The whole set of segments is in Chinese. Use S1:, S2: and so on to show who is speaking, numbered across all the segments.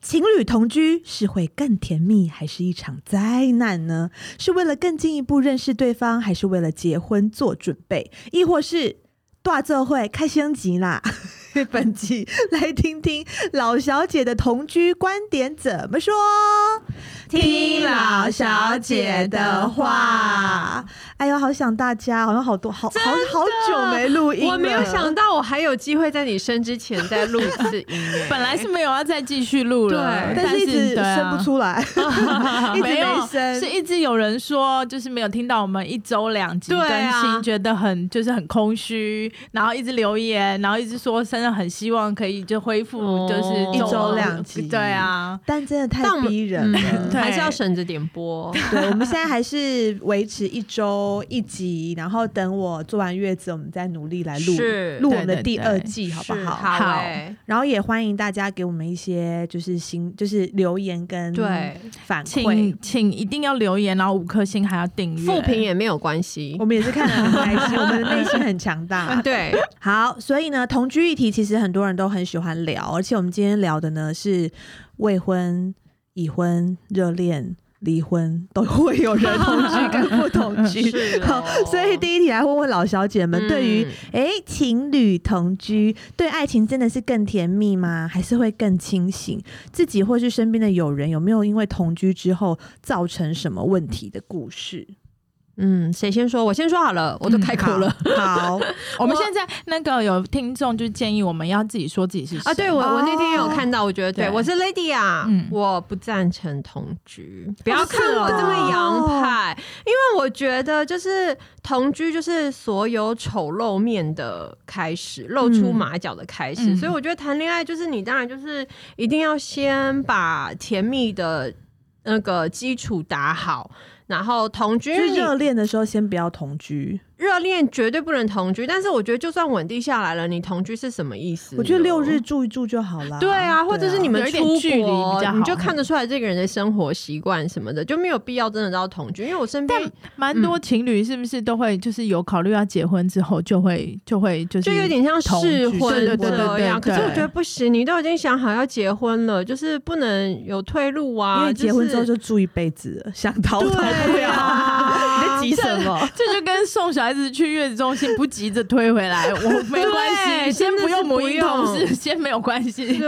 S1: 情侣同居是会更甜蜜，还是一场灾难呢？是为了更进一步认识对方，还是为了结婚做准备，亦或是大奏会开升级啦？ 本集来听听老小姐的同居观点怎么说。
S2: 听老小姐的话。
S1: 哎呦，好想大家，好像好多好好
S2: 真的
S1: 好久没录音了。
S2: 我没有想到我还有机会在你生之前再录一次音耶，
S3: 本来是没有要再继续录了，
S2: 对
S1: 但是一直
S3: 对啊
S1: 生 不出来， 一直
S3: 没有
S1: 生
S3: 是一直有人说，就是没有听到我们一周两集更
S2: 对
S3: 新，
S2: 啊
S3: 觉得很就是很空虚，然后一直留言，然后一直说真的很希望可以就恢复，
S2: 哦
S3: 就是
S2: 一
S1: 周两集
S3: 对啊，
S1: 但真的太
S2: 但我们嗯
S1: 逼人了。
S3: 对
S2: 还是要省着点播。
S1: 对，我们现在还是维持一周一集，然后等我做完月子，我们再努力来录
S2: 是
S1: 录我们的
S3: 对对
S1: 第二
S3: 对
S1: 季，好不
S2: 是
S1: 好？
S2: 好欸
S1: 然后也欢迎大家给我们一些就是新就是留言跟
S2: 对
S1: 反馈
S3: 请，请一定要留言，然后五颗星还要订阅，
S2: 复评也没有关系
S1: 我。们也是看得很开 心，我们的内心很强大。
S2: 对，
S1: 好，所以呢，同居议题其实很多人都很喜欢聊，而且我们今天聊的呢是未婚、已婚、热恋、离婚都会有人同居跟不同居。
S2: 是哦
S1: 好，所以第一题来问问老小姐们，对于
S2: 嗯
S1: 哎、诶情侣同居，对爱情真的是更甜蜜吗？还是会更清醒？自己或是身边的友人有没有因为同居之后造成什么问题的故事？
S2: 嗯，谁先说？我先说好了，我都开口了。
S1: 好，好，
S3: 我们现在那个有听众就建议我们要自己说自己是谁
S2: 啊，对我我那天
S1: 哦
S2: 有看到，我觉得对
S3: 对
S2: 我是 Lady 啊
S3: 嗯，
S2: 我不赞成同居，不要
S1: 哦
S2: 看
S1: 是哦
S2: 我这么洋派，因为我觉得就是同居就是所有丑陋面的开始，露出马脚的开始，
S3: 嗯
S2: 所以我觉得谈恋爱就是你当然就是一定要先把甜蜜的呃那个基础打好。然后同 居，
S1: 就是
S2: 因为你
S1: 热恋的时候先不要同居。
S2: 热恋绝对不能同居，但是我觉得就算稳定下来了，你同居是什么意思呢？
S1: 我觉得六日住一住就好了。
S2: 对啊，或者是你们
S3: 有一
S2: 出
S3: 点
S2: 国，
S3: 距离比较好
S2: 你就看得出来这个人的生活习惯什么的，就没有必要真的到同居。因为我身边
S3: 蛮多情侣是不是都会就是有考虑要结婚之后就会就会就是
S2: 就有点像
S3: 同
S2: 试
S3: 居
S2: 婚
S3: 对对对对
S2: 这
S3: 对
S2: 样，可是我
S3: 对
S2: 觉得不行，你都已经想好要结婚了，就是不能有退路啊！
S1: 因为结婚之后
S2: 就
S1: 就住一辈子了，想逃逃
S2: 是
S1: 不
S2: 对
S1: 了。
S2: 啊
S1: 你在急什么？
S3: 这就跟送小孩子去月子中心不急着推回来，我 没关系，
S2: 对
S3: 先
S2: 真的是
S3: 不用母
S2: 不
S3: 婴
S2: 用
S3: 同事，先没有关系。
S2: 对，因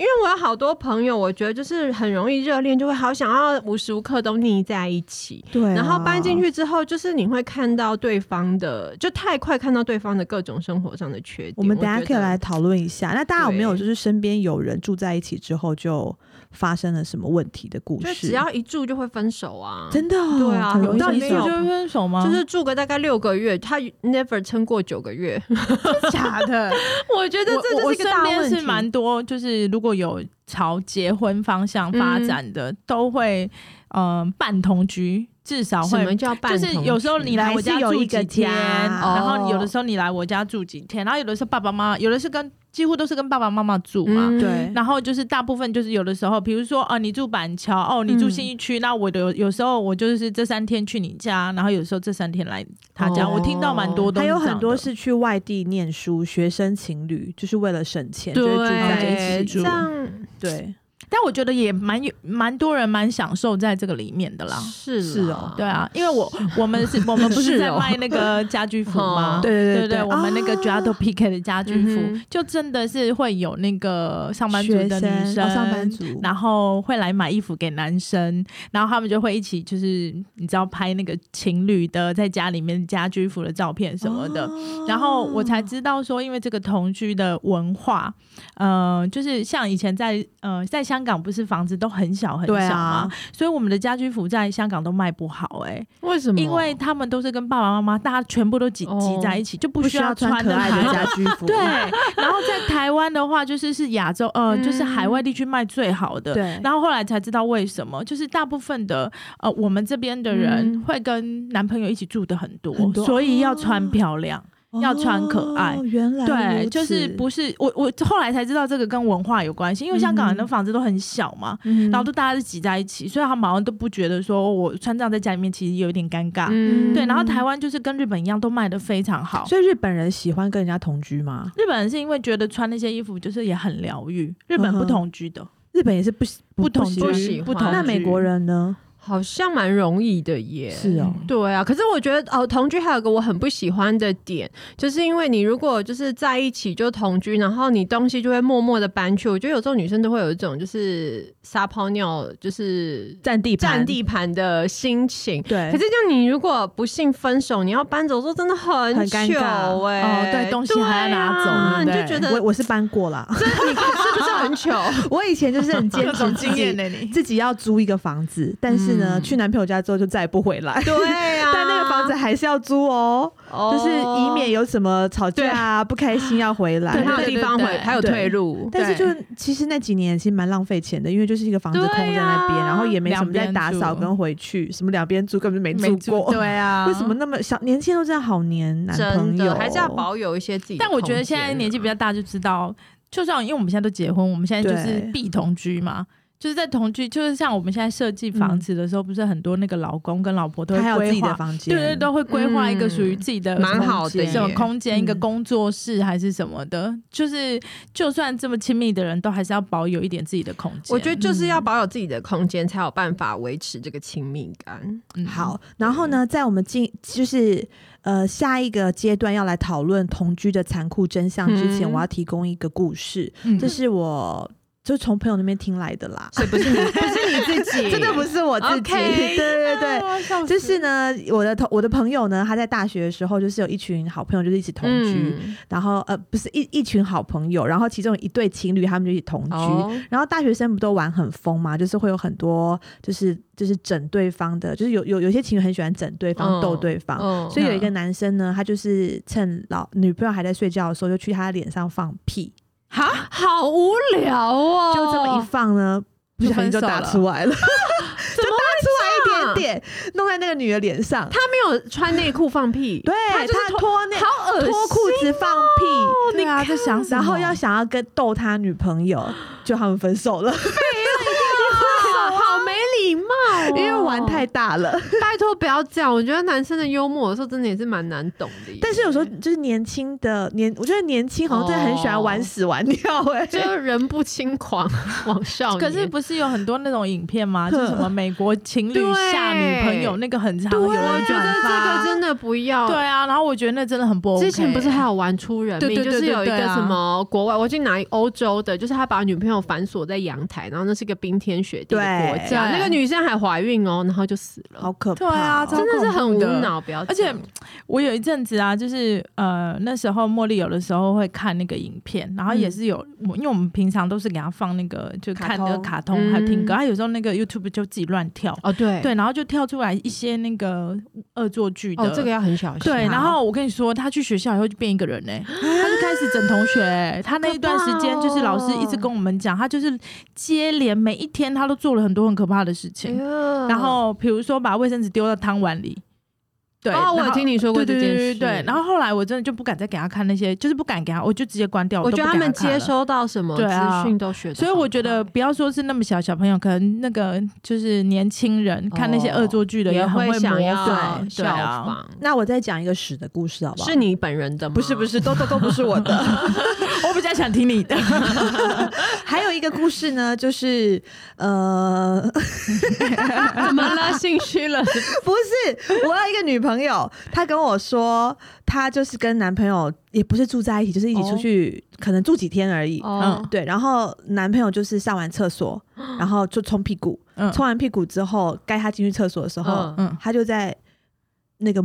S2: 为我有好多朋友，我觉得就是很容易热恋，就会好想要无时无刻都腻在一起。
S1: 对啊、
S2: 然后搬进去之后，就是你会看到对方的，就太快看到对方的各种生活上的缺点。
S1: 我们等下
S2: 觉
S1: 可以
S2: 得
S1: 来讨论一下。那大家有没有
S2: 对
S1: 就是身边有人住在一起之后就发生了什么问题的故
S2: 就
S1: 事？
S2: 只要一住就会分手啊，
S1: 真的、哦、
S2: 对啊
S1: 很容易
S2: 到
S1: 分
S2: 底
S1: 手
S2: 没有就
S3: 分手吗
S2: 就是住个大概六个月，他 never 撑过九个月。
S3: 是假的。
S2: 我觉得 这
S3: 我
S2: 就
S3: 我
S2: 是一个大
S3: 身边
S2: 问
S3: 是
S2: 题。
S3: 蛮多，就是如果有朝结婚方向发
S2: 嗯
S3: 展的，都会嗯、呃半同居，至少
S2: 什
S3: 会
S2: 么叫半
S3: 就
S2: 同居？
S3: 是有时候你来我家
S1: 还是有
S3: 住
S1: 一
S3: 几
S1: 个
S3: 天，
S1: 家
S3: 然
S2: 哦
S3: 后有的时候你来我家住几天，然后有的时候爸爸妈妈，有的是跟几乎都是跟爸爸妈妈住嘛。
S2: 嗯
S1: 对
S3: 然后就是大部分就是有的时候，比如说哦、你住板桥，哦，你住
S1: 嗯
S3: 信义区，那我的有有时候我就是这三天去你家，然后有时候这三天来他家，
S2: 哦
S3: 我听到蛮多都
S1: 还
S3: 是这
S1: 有
S3: 样的，
S1: 很多是去外地念书，学生情侣就是为了省钱，就会
S3: 对
S1: 住在
S3: 对
S1: 一起
S2: 这
S1: 住。
S2: 样
S1: 对，
S3: 但我觉得也蛮有蛮多人蛮享受在这个里面的啦。
S2: 是
S1: 是
S2: 啦
S1: 哦
S3: 对啊，因为我我们 是我们不
S2: 是
S3: 是在
S2: 哦
S3: 卖那个家居服吗？
S2: 哦
S1: 嗯对对
S3: 对
S1: 对
S3: 对
S1: 对
S3: 我们那个
S1: 啊
S3: g i a d o PK 的家居服、
S2: 嗯哼
S3: 就真的是会有那个上班族
S1: 学
S3: 的
S1: 生
S3: 女生，
S1: 哦上班族，
S3: 然后会来买衣服给男生，然后他们就会一起就是你知道拍那个情侣的在家里面家居服的照片什么的。
S1: 哦
S3: 然后我才知道说，因为这个同居的文化，呃，就是像以前在呃在香港不是房子都很小很
S1: 对
S3: 小
S1: 啊
S3: 嘛，，所以我们的家居服在香港都卖不好哎、
S2: 为
S1: 嗯
S2: 什么？
S3: 因为他们都是跟爸爸妈妈，大家全部都挤
S2: 哦
S3: 挤在一起，就不
S1: 不需
S3: 需要
S1: 要穿
S3: 穿
S1: 可
S3: 的
S1: 爱
S3: 还
S1: 的家居 服，
S3: 对，然后在台湾的话，就是是亚洲呃，
S2: 嗯
S3: 就是海外地区卖最好的。
S1: 对
S3: 然后后来才知道为什么，就是大部分的呃，我们这边的人
S2: 嗯
S3: 会跟男朋友一起住的很多，
S1: 很多
S3: 所以要穿漂亮。要穿可爱
S1: 哦原来
S3: 对，
S1: 如
S3: 就
S1: 此
S3: 是不是我我后来才知道这个跟文化有关系，因为香港人的房子都很小嘛，
S1: 嗯
S3: 然后都大家是挤在一起，所以他们好像都不觉得说我穿这样在家里面其实有一点尴尬。
S2: 嗯
S3: 对，然后台湾就是跟日本一样，都卖的非常好。
S1: 所以日本人喜欢跟人家同居吗？
S3: 日本人是因为觉得穿那些衣服就是也很疗愈，日本不同居的，
S1: 日日本也嗯是不喜
S3: 不同
S1: 喜
S2: 不
S1: 欢
S2: 居
S3: 局
S2: 喜
S3: 不
S2: 欢
S3: 同
S1: 那美国
S3: 人
S1: 人呢？
S2: 好像蛮容易的耶。
S1: 是哦，
S2: 对啊，可是我觉得哦，同居还有个我很不喜欢的点，就是因为你如果就是在一起就同居，然后你东西就会默默的搬去。我觉得有时候女生都会有一种就是撒泡尿，就是
S1: 占地
S2: 占
S1: 盘
S2: 地盘的心情。
S1: 对，
S2: 可是，就你如果不幸分手，你要搬走的时候，真的很
S1: 很
S2: 久
S1: 尴
S2: 哎、
S1: 尬
S3: 哦对东西还要拿走
S1: 嗯
S2: 啊
S3: 对不
S2: 你就
S3: 对
S2: 觉得
S1: 我我是搬过啦，
S2: 真的你是不是很糗？
S1: 我以前就是很坚
S3: 各
S1: 持
S3: 种
S1: 自
S3: 经
S1: 己
S3: 验呢你。
S1: 自己要租一个房子，但是呢，
S2: 嗯
S1: 去男朋友家之后就再也不回来。
S2: 对啊，
S1: 但那个房子还是要租哦，
S2: 哦
S1: 就是以免有什么吵架啊、不开心要回来
S2: 对，。
S3: 他
S2: 还有地方
S3: 对
S2: 回，
S3: 对
S2: 还有
S1: 对
S2: 退路。
S1: 但是
S3: 对
S1: 就其实那几年其实蛮浪费钱的，因为就是一个房子
S2: 对
S1: 空
S2: 啊
S1: 在那边，然后也没什么在打扫
S3: 两边住
S1: 跟回去，什么两边租根本就没
S3: 没
S1: 住过。
S3: 对啊，
S1: 为什么？那么小年轻都这样好黏啊男
S2: 真
S1: 朋友？
S2: 的还是要保有一些自己的空间啊。啊
S3: 但我觉得现在年纪比较大，就知道，就像因为我们现在都结婚，我们现在就是
S1: 对
S3: 必同居嘛。就是在同居，就是像我们现在设计
S2: 嗯
S3: 房子的时候，不是很多那个老公跟老婆都
S1: 他还
S3: 会
S1: 有自
S3: 规
S1: 己的
S3: 划，
S1: 房间，
S3: 对对，都会规划一个属于
S2: 嗯
S3: 自己的
S2: 蛮
S1: 空
S2: 好的
S1: 间
S2: 耶，
S3: 什么空间，一个
S1: 嗯
S3: 工作室还是什么的，就是就算这么亲密的人都还是要保有一点自己的空间。
S2: 我觉得就是要保有自己的空间，才有办法维持这个亲密感。
S3: 嗯
S1: 好，然后呢，在我们进就是呃下一个阶段要来讨论同居的残酷真相之前，
S2: 嗯
S1: 我要提供一个故事，
S3: 嗯
S1: 这是我就从朋友那边听来的啦，
S2: 所以 不是你，不是你自 己，
S1: 真的不是我自己
S2: OK
S1: 对对对。
S3: 啊笑死
S1: 就是呢，我的同我的朋友呢，他在大学的时候就是有一群好朋友，就是一起同居，
S2: 嗯
S1: 然后呃不是一一群好朋友，然后其中有一对情侣他们就一起同居，
S2: 哦，
S1: 然后大学生不都玩很疯嘛，就是会有很多就是就是整对方的，就是有有有些情侣很喜欢整对方、
S2: 嗯
S1: 斗对方。
S2: 嗯
S1: 所以有一个男生呢，他就是趁老女朋友还在睡觉的时候，就去她脸上放屁，
S2: 哈，好无聊哦，
S1: 就这么一放呢，不小心就打出来了，
S2: 一
S1: 一点，点弄在那个女的脸上。
S2: 他没有穿内裤放屁，
S1: 对，
S2: 他就是
S1: 他
S2: 脱
S1: 脱那
S2: 好恶心，啊哦
S1: 脱裤子放屁，
S3: 对啊，在想什么？
S1: 然后要想要跟逗他女朋友，就他们分手了，
S2: 啊好没礼貌 哦，
S1: 因为玩太大了。
S2: 拜托不要这样，我觉得男生的幽默有时候真的也是蛮难懂的耶，
S1: 但是有时候就是年轻的年，我觉得年轻好像真的很喜欢玩屎玩尿哎、
S2: 就是人不轻狂枉少年，
S3: 可是不是有很多那种影 片吗？就是什么美国情侣吓女朋友，
S2: 对
S3: 那个很常
S2: 对，
S3: 有
S2: 我
S1: 啊
S3: 人
S2: 觉得
S3: 转
S2: 这
S3: 发
S2: 个真的不要，
S3: 对啊，然后我觉得那真的很不
S2: 哦
S3: OK。
S2: 之前不是还有玩出人
S3: 对
S2: 命，
S3: 对
S2: 就
S3: 对
S2: 是
S3: 对
S2: 有一个
S3: 对啊
S2: 什么国外，我去哪里欧洲的，就是他把女朋友反锁在阳台，然后那是个冰天雪地的
S1: 对
S2: 国家，
S3: 对
S2: 那个女生还怀孕哦，然后就死了，
S1: 好可怕、哦
S3: 对啊
S1: 真
S3: 超
S2: 真
S1: 的
S2: 的是很
S3: 恐怖
S2: 无
S3: 的
S2: 脑，不要这
S3: 而且
S2: 样。
S3: 我有一阵子啊，就是呃那时候茉莉有的时候会看那个影片，然后也是有我、因为我们平常都是给她放那个就
S1: 卡
S3: 看那个
S1: 通
S3: 卡通，还有听歌，
S2: 嗯
S3: 她有时候那个 YouTube 就自己乱跳，
S2: 哦，对
S3: 对，然后就跳出来一些那个恶作剧的。
S2: 哦，这个要很小心。
S3: 对，然后我跟你说，他去学校以后就变一个人呢、 他就开始整同学、欸。他那一段时间就是老师一
S2: 哦
S3: 直跟我们讲，他就是接连每一天他都做了很多很可怕的事
S2: 哎
S3: 情。
S2: 呦
S3: 然后比如说把卫生纸丢到汤碗里，对，
S2: 哦，我
S3: 然
S2: 有
S3: 后
S2: 听你说过
S3: 对
S2: 这
S3: 对对
S2: 件
S3: 对
S2: 事，
S3: 对对。然后后来我真的就不敢再给他看那些，就是不敢给他，我就直接关掉。
S2: 我觉得
S3: 都
S2: 他
S3: 不给
S2: 们
S3: 看了
S2: 接。收到什么
S3: 对啊
S2: 资讯都学得好快，
S3: 所以我觉得不要说是那么小小朋友，可能那个就是年轻人看那些恶作剧的
S2: 哦也
S3: 很模
S2: 想
S3: 仿
S2: 要
S3: 对
S2: 效
S3: 对啊。
S2: 仿。
S1: 那我再讲一个屎的故事好不好？
S2: 是你本人的吗？
S1: 不是不 是，都都都不是我 的。
S3: 哦我比较想听你的，
S1: 还有一个故事呢，就是呃，
S2: 怎么了？心虚了？
S1: 不是，我有一个女朋友，她跟我说，她就是跟男朋友也不是住在一起，就是一起出去，可能住几天而已。嗯
S2: 哦，嗯
S1: 对，然后男朋友就是上完厕所，然后就冲屁股，
S3: 嗯
S1: 冲完屁股之后，该他进去厕所的时候，
S2: 嗯
S3: 嗯，
S1: 他就在那个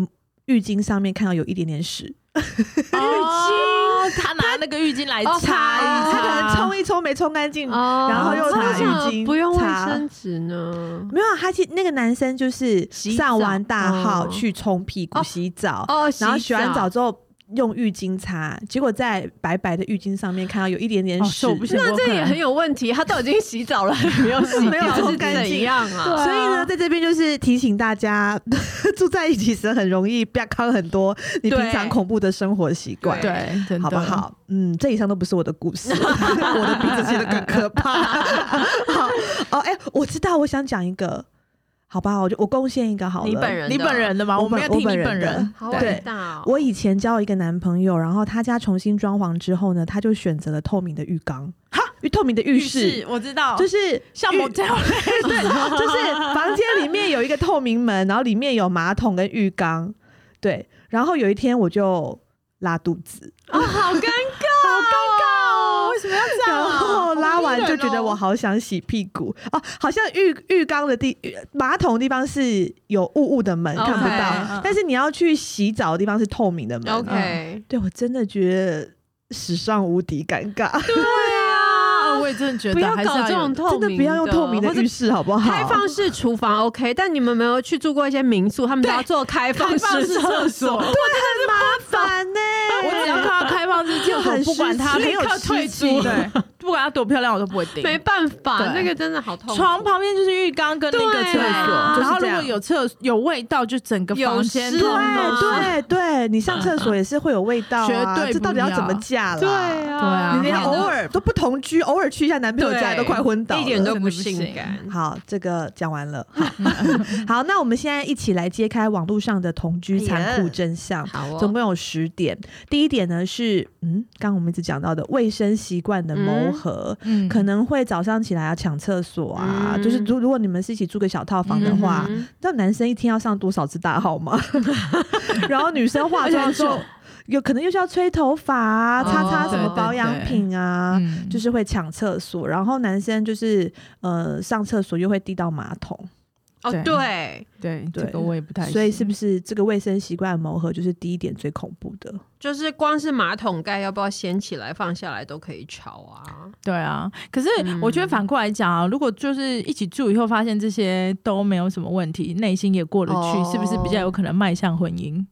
S1: 浴巾上面看到有一点点屎，
S3: 浴巾，他拿那个浴巾来
S2: 哦
S3: 擦一
S1: 他
S3: 擦，
S1: 可能冲一冲没冲干净，
S2: 哦
S1: 然后又
S2: 那为
S3: 擦
S2: 什么
S1: 浴巾
S2: 不用卫
S1: 擦
S2: 生纸呢？
S1: 没有啊，他其那个男生就是
S2: 洗
S1: 上完
S2: 澡
S1: 大号
S2: 哦
S1: 去冲屁股
S2: 哦
S1: 洗澡，
S2: 哦，
S1: 然后洗完澡之后。用浴巾擦，结果在白白的浴巾上面看到有一点点
S3: 哦
S1: 屎，
S3: 是我不行
S2: 那这
S3: 可能
S2: 也很有问题，他都已经洗澡了，还没有洗
S1: 没有
S2: 掉，
S1: 冲
S2: 是
S1: 干净
S2: 怎样啊？
S1: 所以呢，在这边就是提醒大家， 住在一起时很容易不要扛很多你平
S2: 对
S1: 常恐怖的生活习惯。
S3: 对，真的
S1: 好不？好？嗯，这以上都不是我的故事， 我的比这些都更可怕。 好哦，哎、我知道，我想讲一个，好吧，我就我贡献一个好了。
S2: 你本人，
S3: 你本人的吗？
S1: 我
S3: 我们要
S1: 本
S3: 听
S1: 我本
S3: 你
S1: 人
S3: 本
S1: 的
S3: 人，
S2: 好
S1: 对
S2: 伟大哦！
S1: 我以前交一个男朋友，然后他家重新装潢之后呢，他就选择了透明的浴缸。透明的浴室，
S3: 我知道，
S1: 就是是
S3: 哦像
S1: 浴
S3: 某
S2: 哦
S3: 这样，
S1: 对，就是房间里面有一个透明门，然后里面有马桶跟浴缸，对。然后有一天我就拉肚子，
S2: 啊，好尴尬，
S1: 好
S3: 哦
S1: 尴尬哦。
S3: 为什么要这样
S1: 然
S3: 啊？
S1: 后拉
S3: 好迷
S1: 完
S3: 人
S1: 就觉得我
S3: 哦
S1: 好想洗屁股哦、好像浴浴缸的地浴马桶的地方是有雾雾的门
S2: OK，
S1: 看不到
S3: 嗯，
S1: 但是你要去洗澡的地方是透明的门。嗯
S2: OK，
S1: 对我真的觉得史上无敌尴尬，
S3: 啊，我也真的觉得
S2: 不要
S3: 还是
S2: 搞这
S3: 有
S2: 种透
S1: 真的
S2: 明
S1: 不要用透明的
S2: 或者
S1: 浴室好不好？
S2: 开放式厨房 OK，但你们没有去住过一些民宿，他们都要做开放
S3: 开放
S2: 式
S3: 式
S2: 厕
S3: 厕
S2: 所
S3: 所，
S1: 麻烦呢、
S3: 我只要看到开放式厕
S1: 就
S3: 所，
S1: 很
S3: 不管它
S1: 失
S3: 没
S1: 礼
S3: 有
S1: 立刻退
S3: 退出，
S1: 出
S3: 对， 不管它多漂亮，我都不会订。
S2: 没办法，
S3: 对
S2: 那个真的好痛苦。
S3: 床旁边就是浴缸跟那个厕所，
S2: 对啊
S3: 然后
S1: 就是这
S3: 如
S1: 样啊
S3: 果有厕有味道，就整个房间
S2: 有
S3: 都啊
S2: 湿吗
S1: 对对对，你上厕所也是会有味道、啊，
S3: 绝对
S1: 这到底
S3: 不
S1: 要
S3: 要
S1: 怎么嫁啦？
S2: 对啊，
S3: 对啊
S1: 你连
S2: 看
S1: 偶尔都不同居，偶尔去一下男朋友家
S2: 对
S1: 都快昏倒了
S2: 一点都
S3: 真的
S2: 不
S3: 不
S2: 性
S3: 行
S2: 感。
S1: 好，这个讲完 了。好， 好，那我们现在一起来揭开网络上的同居残酷真相。
S2: 哎好
S1: 总
S2: 哦，
S1: 共有十点。第一点呢是，嗯，刚刚我们一直讲到的卫生习惯的
S2: 嗯
S1: 磨合，
S3: 嗯
S1: 可能会早上起来要抢厕所啊，
S2: 嗯
S1: 就是如如果你们是一起住个小套房的话，
S2: 嗯
S1: 那男生一天要上多少次大号 吗？然后女生化妆的时候，有可能又是要吹头发啊，
S2: 哦
S1: 擦擦什么
S2: 对对
S1: 保养品啊，
S3: 嗯
S1: 就是会抢厕所。然后男生就是呃上厕所又会滴到马桶，
S2: 哼哦，
S3: 对
S2: 对，
S3: 对
S1: 对
S3: 这个我也不太行，
S1: 所以是不是这个卫生习惯磨合就是第一点最恐怖的？
S2: 就是光是马桶盖要不要掀起来放下来都可以吵啊。
S3: 对啊，可是
S2: 嗯
S3: 我觉得反过来讲啊，如果就是一起住以后发现这些都没有什么问题，内心也过得去，
S2: 哦
S3: 是不是比较有可能迈向婚姻？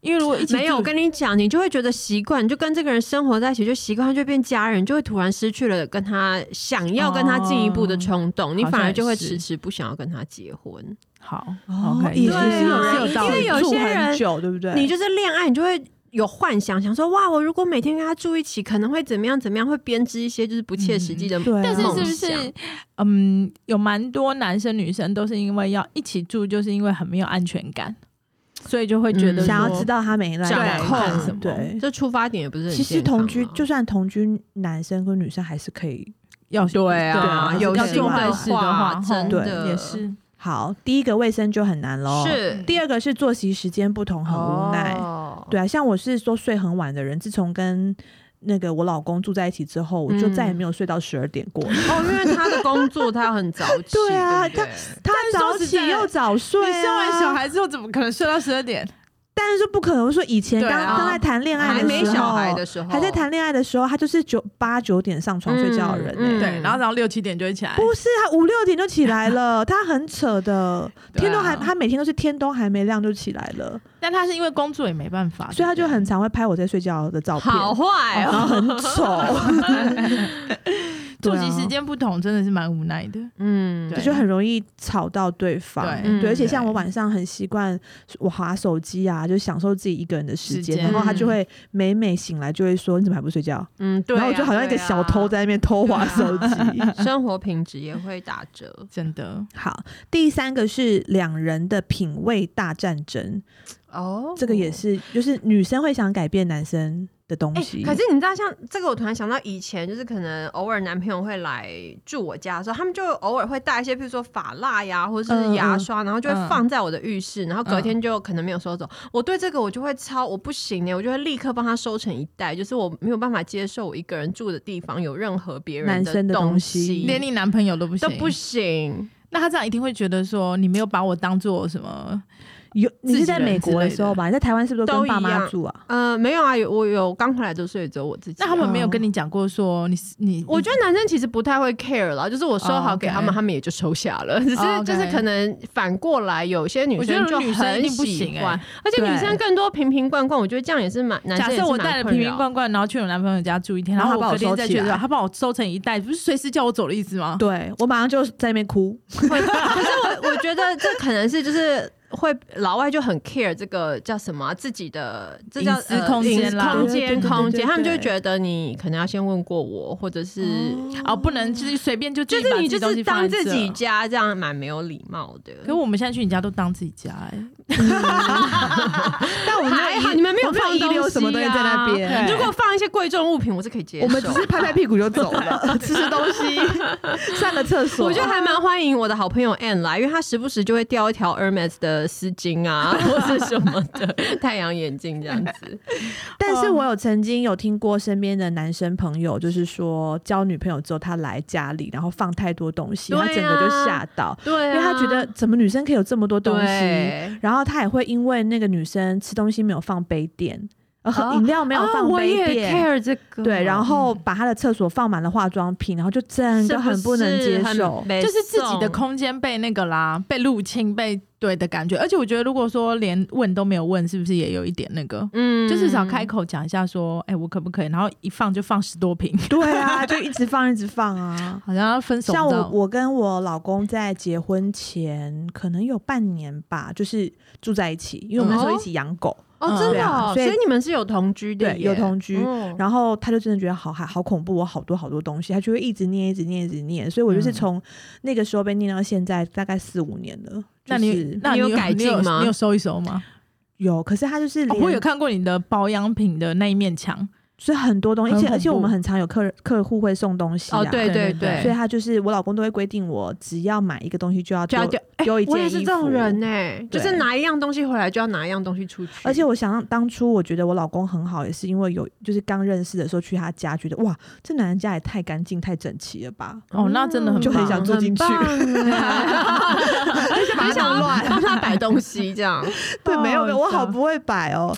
S3: 因为如果一起住
S2: 没有，我跟你讲，你就会觉得习惯，你就跟这个人生活在一起，就习惯他就变家人，就会突然失去了跟他想要跟他进一步
S1: 哦
S2: 的冲动，你
S3: 好像
S2: 反而就会
S3: 也是
S2: 迟迟不想要跟他结婚。
S3: 好
S1: 哦
S3: ，OK，
S1: 也
S3: 对啊
S1: 是有人
S3: 道
S2: 因为
S3: 理
S2: 有
S1: 住
S2: 些人
S1: 很久，对不对？
S2: 你就是恋爱，你就会有幻想，想说哇，我如果每天跟他住一起，可能会怎么样怎么样，会编织一些就是不切实际的、
S1: 对啊
S3: 但是是不
S2: 梦想
S3: 是，嗯，有蛮多男生女生都是因为要一起住，就是因为很没有安全感，所以就会觉得
S2: 嗯
S1: 想要
S3: 说
S1: 知道他每一段
S2: 掌
S1: 在
S2: 控
S1: 干
S3: 什么
S1: 对。
S2: 这出发点也不是很
S1: 其实
S2: 健康
S1: 同居
S2: 啊
S1: 就算同居，男生跟女生还是可以。
S3: 要
S2: 对
S1: 对啊
S2: 啊，
S1: 还是
S2: 有
S1: 要
S2: 心
S1: 做坏
S2: 的
S1: 事
S3: 的话
S2: 话，
S3: 吼
S2: 真
S1: 对
S2: 的
S3: 也是
S1: 好，第一个卫生就很难喽。
S2: 是
S1: 第二个是作息时间不同，很无奈。
S2: 哦
S1: 对啊，像我是说睡很晚的人，自从跟那个我老公住在一起之后，我就
S2: 嗯
S1: 再也没有睡到十二点 过了。
S2: 哦，因为他的工作他很早起，
S1: 对啊
S2: 对不对
S1: 他
S3: 但
S1: 早
S3: 是说实
S1: 起
S3: 在
S1: 又早睡、啊，
S3: 你生完小，孩之后怎么可能睡到十二点？
S1: 但是不可能说以前
S3: 对
S1: 刚
S3: 啊
S1: 刚在谈恋爱
S2: 还
S1: 的
S2: 没
S1: 时候，
S2: 小孩的时候，
S1: 还在谈恋爱的时候，他就是九八九点上床睡觉的人、欸
S2: 嗯
S3: 对，然后然后六七点就会起来，
S1: 不是，他五六点就起来了，他很扯 的，
S3: 对啊
S1: 天都还，他每天都是天都还没亮就起来了，
S3: 但他是因为工作也没办法，
S1: 所以他就
S3: 对不对
S1: 很常会拍我在睡觉的照片，
S2: 好坏
S1: 然后
S2: 哦，
S1: 很丑，啊
S3: 作
S1: 对啊
S3: 息时间不同，真的是蛮无奈的。
S2: 嗯
S1: 这
S3: 对
S1: 就很容易吵到对方。
S3: 对
S1: 对，而且
S3: 嗯
S1: 像我晚上很习惯我划手机啊，就享受自己一个人的时间，
S3: 时间
S1: 然后他就
S2: 嗯
S1: 会每每醒来就会说：“你怎么还不睡觉
S2: 嗯，？”对啊，
S1: 然后我就好像一个
S2: 对啊
S1: 小偷， 在那边偷划手机。
S2: 生活品质也会打折。
S3: 真的，
S1: 好，第三个是两人的品味大战争，
S2: 哦，
S1: 这个也是，就是女生会想改变男生的东
S2: 哎、
S1: 西。
S2: 可是你知道，像这个，我突然想到以前，就是可能偶尔男朋友会来住我家的时候，他们就偶尔会带一些，比如说发蜡呀，或者是牙
S1: 嗯
S2: 刷，然后就会放在我的浴室，然后隔天就可能没有收走。我对这个我就会超我不行呢，我就会立刻帮他收成一袋，就是我没有办法接受我一个人住的地方有任何别人
S1: 男生的
S2: 东
S1: 东西
S3: 连你男朋友都不行，
S2: 都不行。
S3: 那他这样一定会觉得说你没有把我当做什么，
S1: 有你
S3: 自
S1: 是
S3: 己
S1: 在
S3: 人
S1: 美
S3: 之
S1: 国的
S3: 类
S1: 时候
S3: 的
S1: 吧？你在台湾是不是
S2: 都
S1: 跟
S2: 一
S1: 爸妈
S2: 样
S1: 住啊？
S2: 呃，没有啊，有我有刚回来的时候也只有我自己啊、
S3: 那他们没有跟你讲过说你你，
S2: 我觉得男生其实不太会 care 啦，就是我收好给他们
S3: 哦，OK
S2: 他们也就收下了。只
S3: 哦
S2: 是
S3: ，OK
S2: 就是可能反过来，有些女
S3: 我觉
S2: 生
S3: 得
S2: 就
S3: 女生一
S2: 很
S3: 定不
S2: 喜
S3: 行
S2: 欢
S3: 哎，
S2: 而且女
S1: 对
S2: 生更多瓶瓶罐罐，我觉得这样也是欸蛮男
S3: 假
S2: 生也
S3: 设
S2: 是
S3: 我
S2: 蛮
S3: 带了
S2: 困
S3: 瓶瓶
S2: 扰
S3: 罐罐，然后去我男朋友家住一天，
S1: 然
S3: 然
S1: 后
S3: 后
S1: 他把我
S3: 我隔天
S1: 收
S3: 再
S1: 起
S3: 去的时候，
S1: 来
S3: 他帮我收成一袋，不是随时叫我走的意思吗？
S1: 对我马上就在那边哭，
S2: 可是我我觉得这可能是就是。会老外就很 care 这个叫什么啊、自己的这叫
S3: 隐私
S2: 呃
S3: 空间
S2: 隐私
S3: 啦
S2: 空
S1: 对对
S2: 间
S1: 对对
S2: 空
S1: 对
S2: 间，
S1: 对
S2: 他们就会
S1: 对
S2: 觉得你可能要先问过我，或者是、
S3: 哦，不能就是随便就
S2: 就
S3: 自己
S2: 是
S3: 把
S2: 你
S3: 自
S2: 就
S3: 己东
S2: 是
S3: 西
S2: 当
S3: 放在
S2: 自
S3: 这
S2: 己。家这样蛮没有礼貌的。
S3: 可我们现在去你家都当自己家哎、
S1: 但我们没有
S2: 还好
S1: 遗
S2: 你们没有
S1: 我没有
S2: 放
S1: 遗
S2: 东
S1: 溜什么东西啊在那边
S2: 啊
S4: 对
S2: 如果放一些贵重物品，我是可以接受。
S1: 我们只是拍拍屁股就走了，吃吃东西，啊 上个厕所。
S2: 我就还蛮欢迎我的好朋友 Anne 来，因为她时不时就会掉一条 Hermes 的丝巾啊，或是什么的 太阳眼镜这样 子。
S1: 但是我有曾经有听过身边的男生朋友，就是说交女朋友之后，他来家里，然后放太多东西，
S2: 对啊
S1: 他整个就吓到，
S2: 对、
S1: 因为他觉得怎么女生可以有这么多东西，
S2: 对
S1: 然后他也会因为那个女生吃东西没有放杯垫，呃，喝
S2: 哦
S1: 饮料没有
S2: 啊
S1: 放
S2: 我
S1: 杯
S2: 也
S1: 垫。
S2: care 这个。
S1: 对，然后把他的厕所放满了化妆品，然后就整
S2: 是
S1: 个嗯很不能接 受。
S3: 就是自己的。空间被那个啦，被入侵、被对的感觉。而且我觉得，如果说连问都没有问，是不是也有一点那个？
S2: 嗯
S3: 就至少开口讲一下，说，哎、我可不可以？然后一放就放十多瓶，
S1: 对啊，就一直放，一直放啊。
S3: 好像要分手。
S1: 像
S3: 你知
S1: 我，
S3: 道
S1: 我跟我老公在结婚前可能有半年吧，就是住在一起，因为我们那时候一起养狗，
S2: 哦，真
S1: 对
S2: 的、哦
S1: 啊所
S2: 所
S1: 以
S2: 以你们是有同居的
S1: 对，
S2: 耶，
S1: 有同居。
S2: 嗯
S1: 然后他就真的觉得好害好恐怖，我好多好多东西，他就会一直念，一直念，一直念。所以我就是
S3: 嗯
S1: 从那个时候被念到现在，大概四五年了。
S3: 那
S1: 就
S3: 你
S1: 是
S3: 那
S2: 你有
S3: 有
S2: 改进
S3: 你有
S2: 吗
S3: 你有收一收吗？
S1: 有，可是他就是
S3: 哦
S1: 连、
S3: 我有看过你的保养品的那一面墙，
S1: 所以很多东西，而且
S3: 很恐
S1: 而且我们
S3: 怖
S1: 很常有客人客户会送东西、啊，
S2: 哦，对
S3: 对
S2: 对
S3: 对
S2: 对，
S1: 所以他就是我老公都会规定我，只要买一个东西就要
S2: 就要
S1: 丢
S2: 丢。哎
S1: 丢一
S2: 我也
S1: 件
S2: 是
S1: 衣
S2: 这种
S1: 服
S2: 人呢、欸就
S1: 对
S2: 是拿一样东西回来就要拿一样东西出去，
S1: 而且我想让当初我觉得我老公很好，也是因为有就是刚认识的时候去他家，觉得哇，这男人家也太干净、太整齐了 吧，
S3: 哦，那真的很
S1: 就很
S3: 棒
S1: 想住进去
S2: 嗯很 棒哎
S1: 就想把
S2: 很
S1: 它
S2: 想
S1: 弄
S2: 要
S1: 乱。
S2: 帮他摆东西 这样。
S1: 对，没有没有，我好
S3: 棒
S1: 不会摆哦。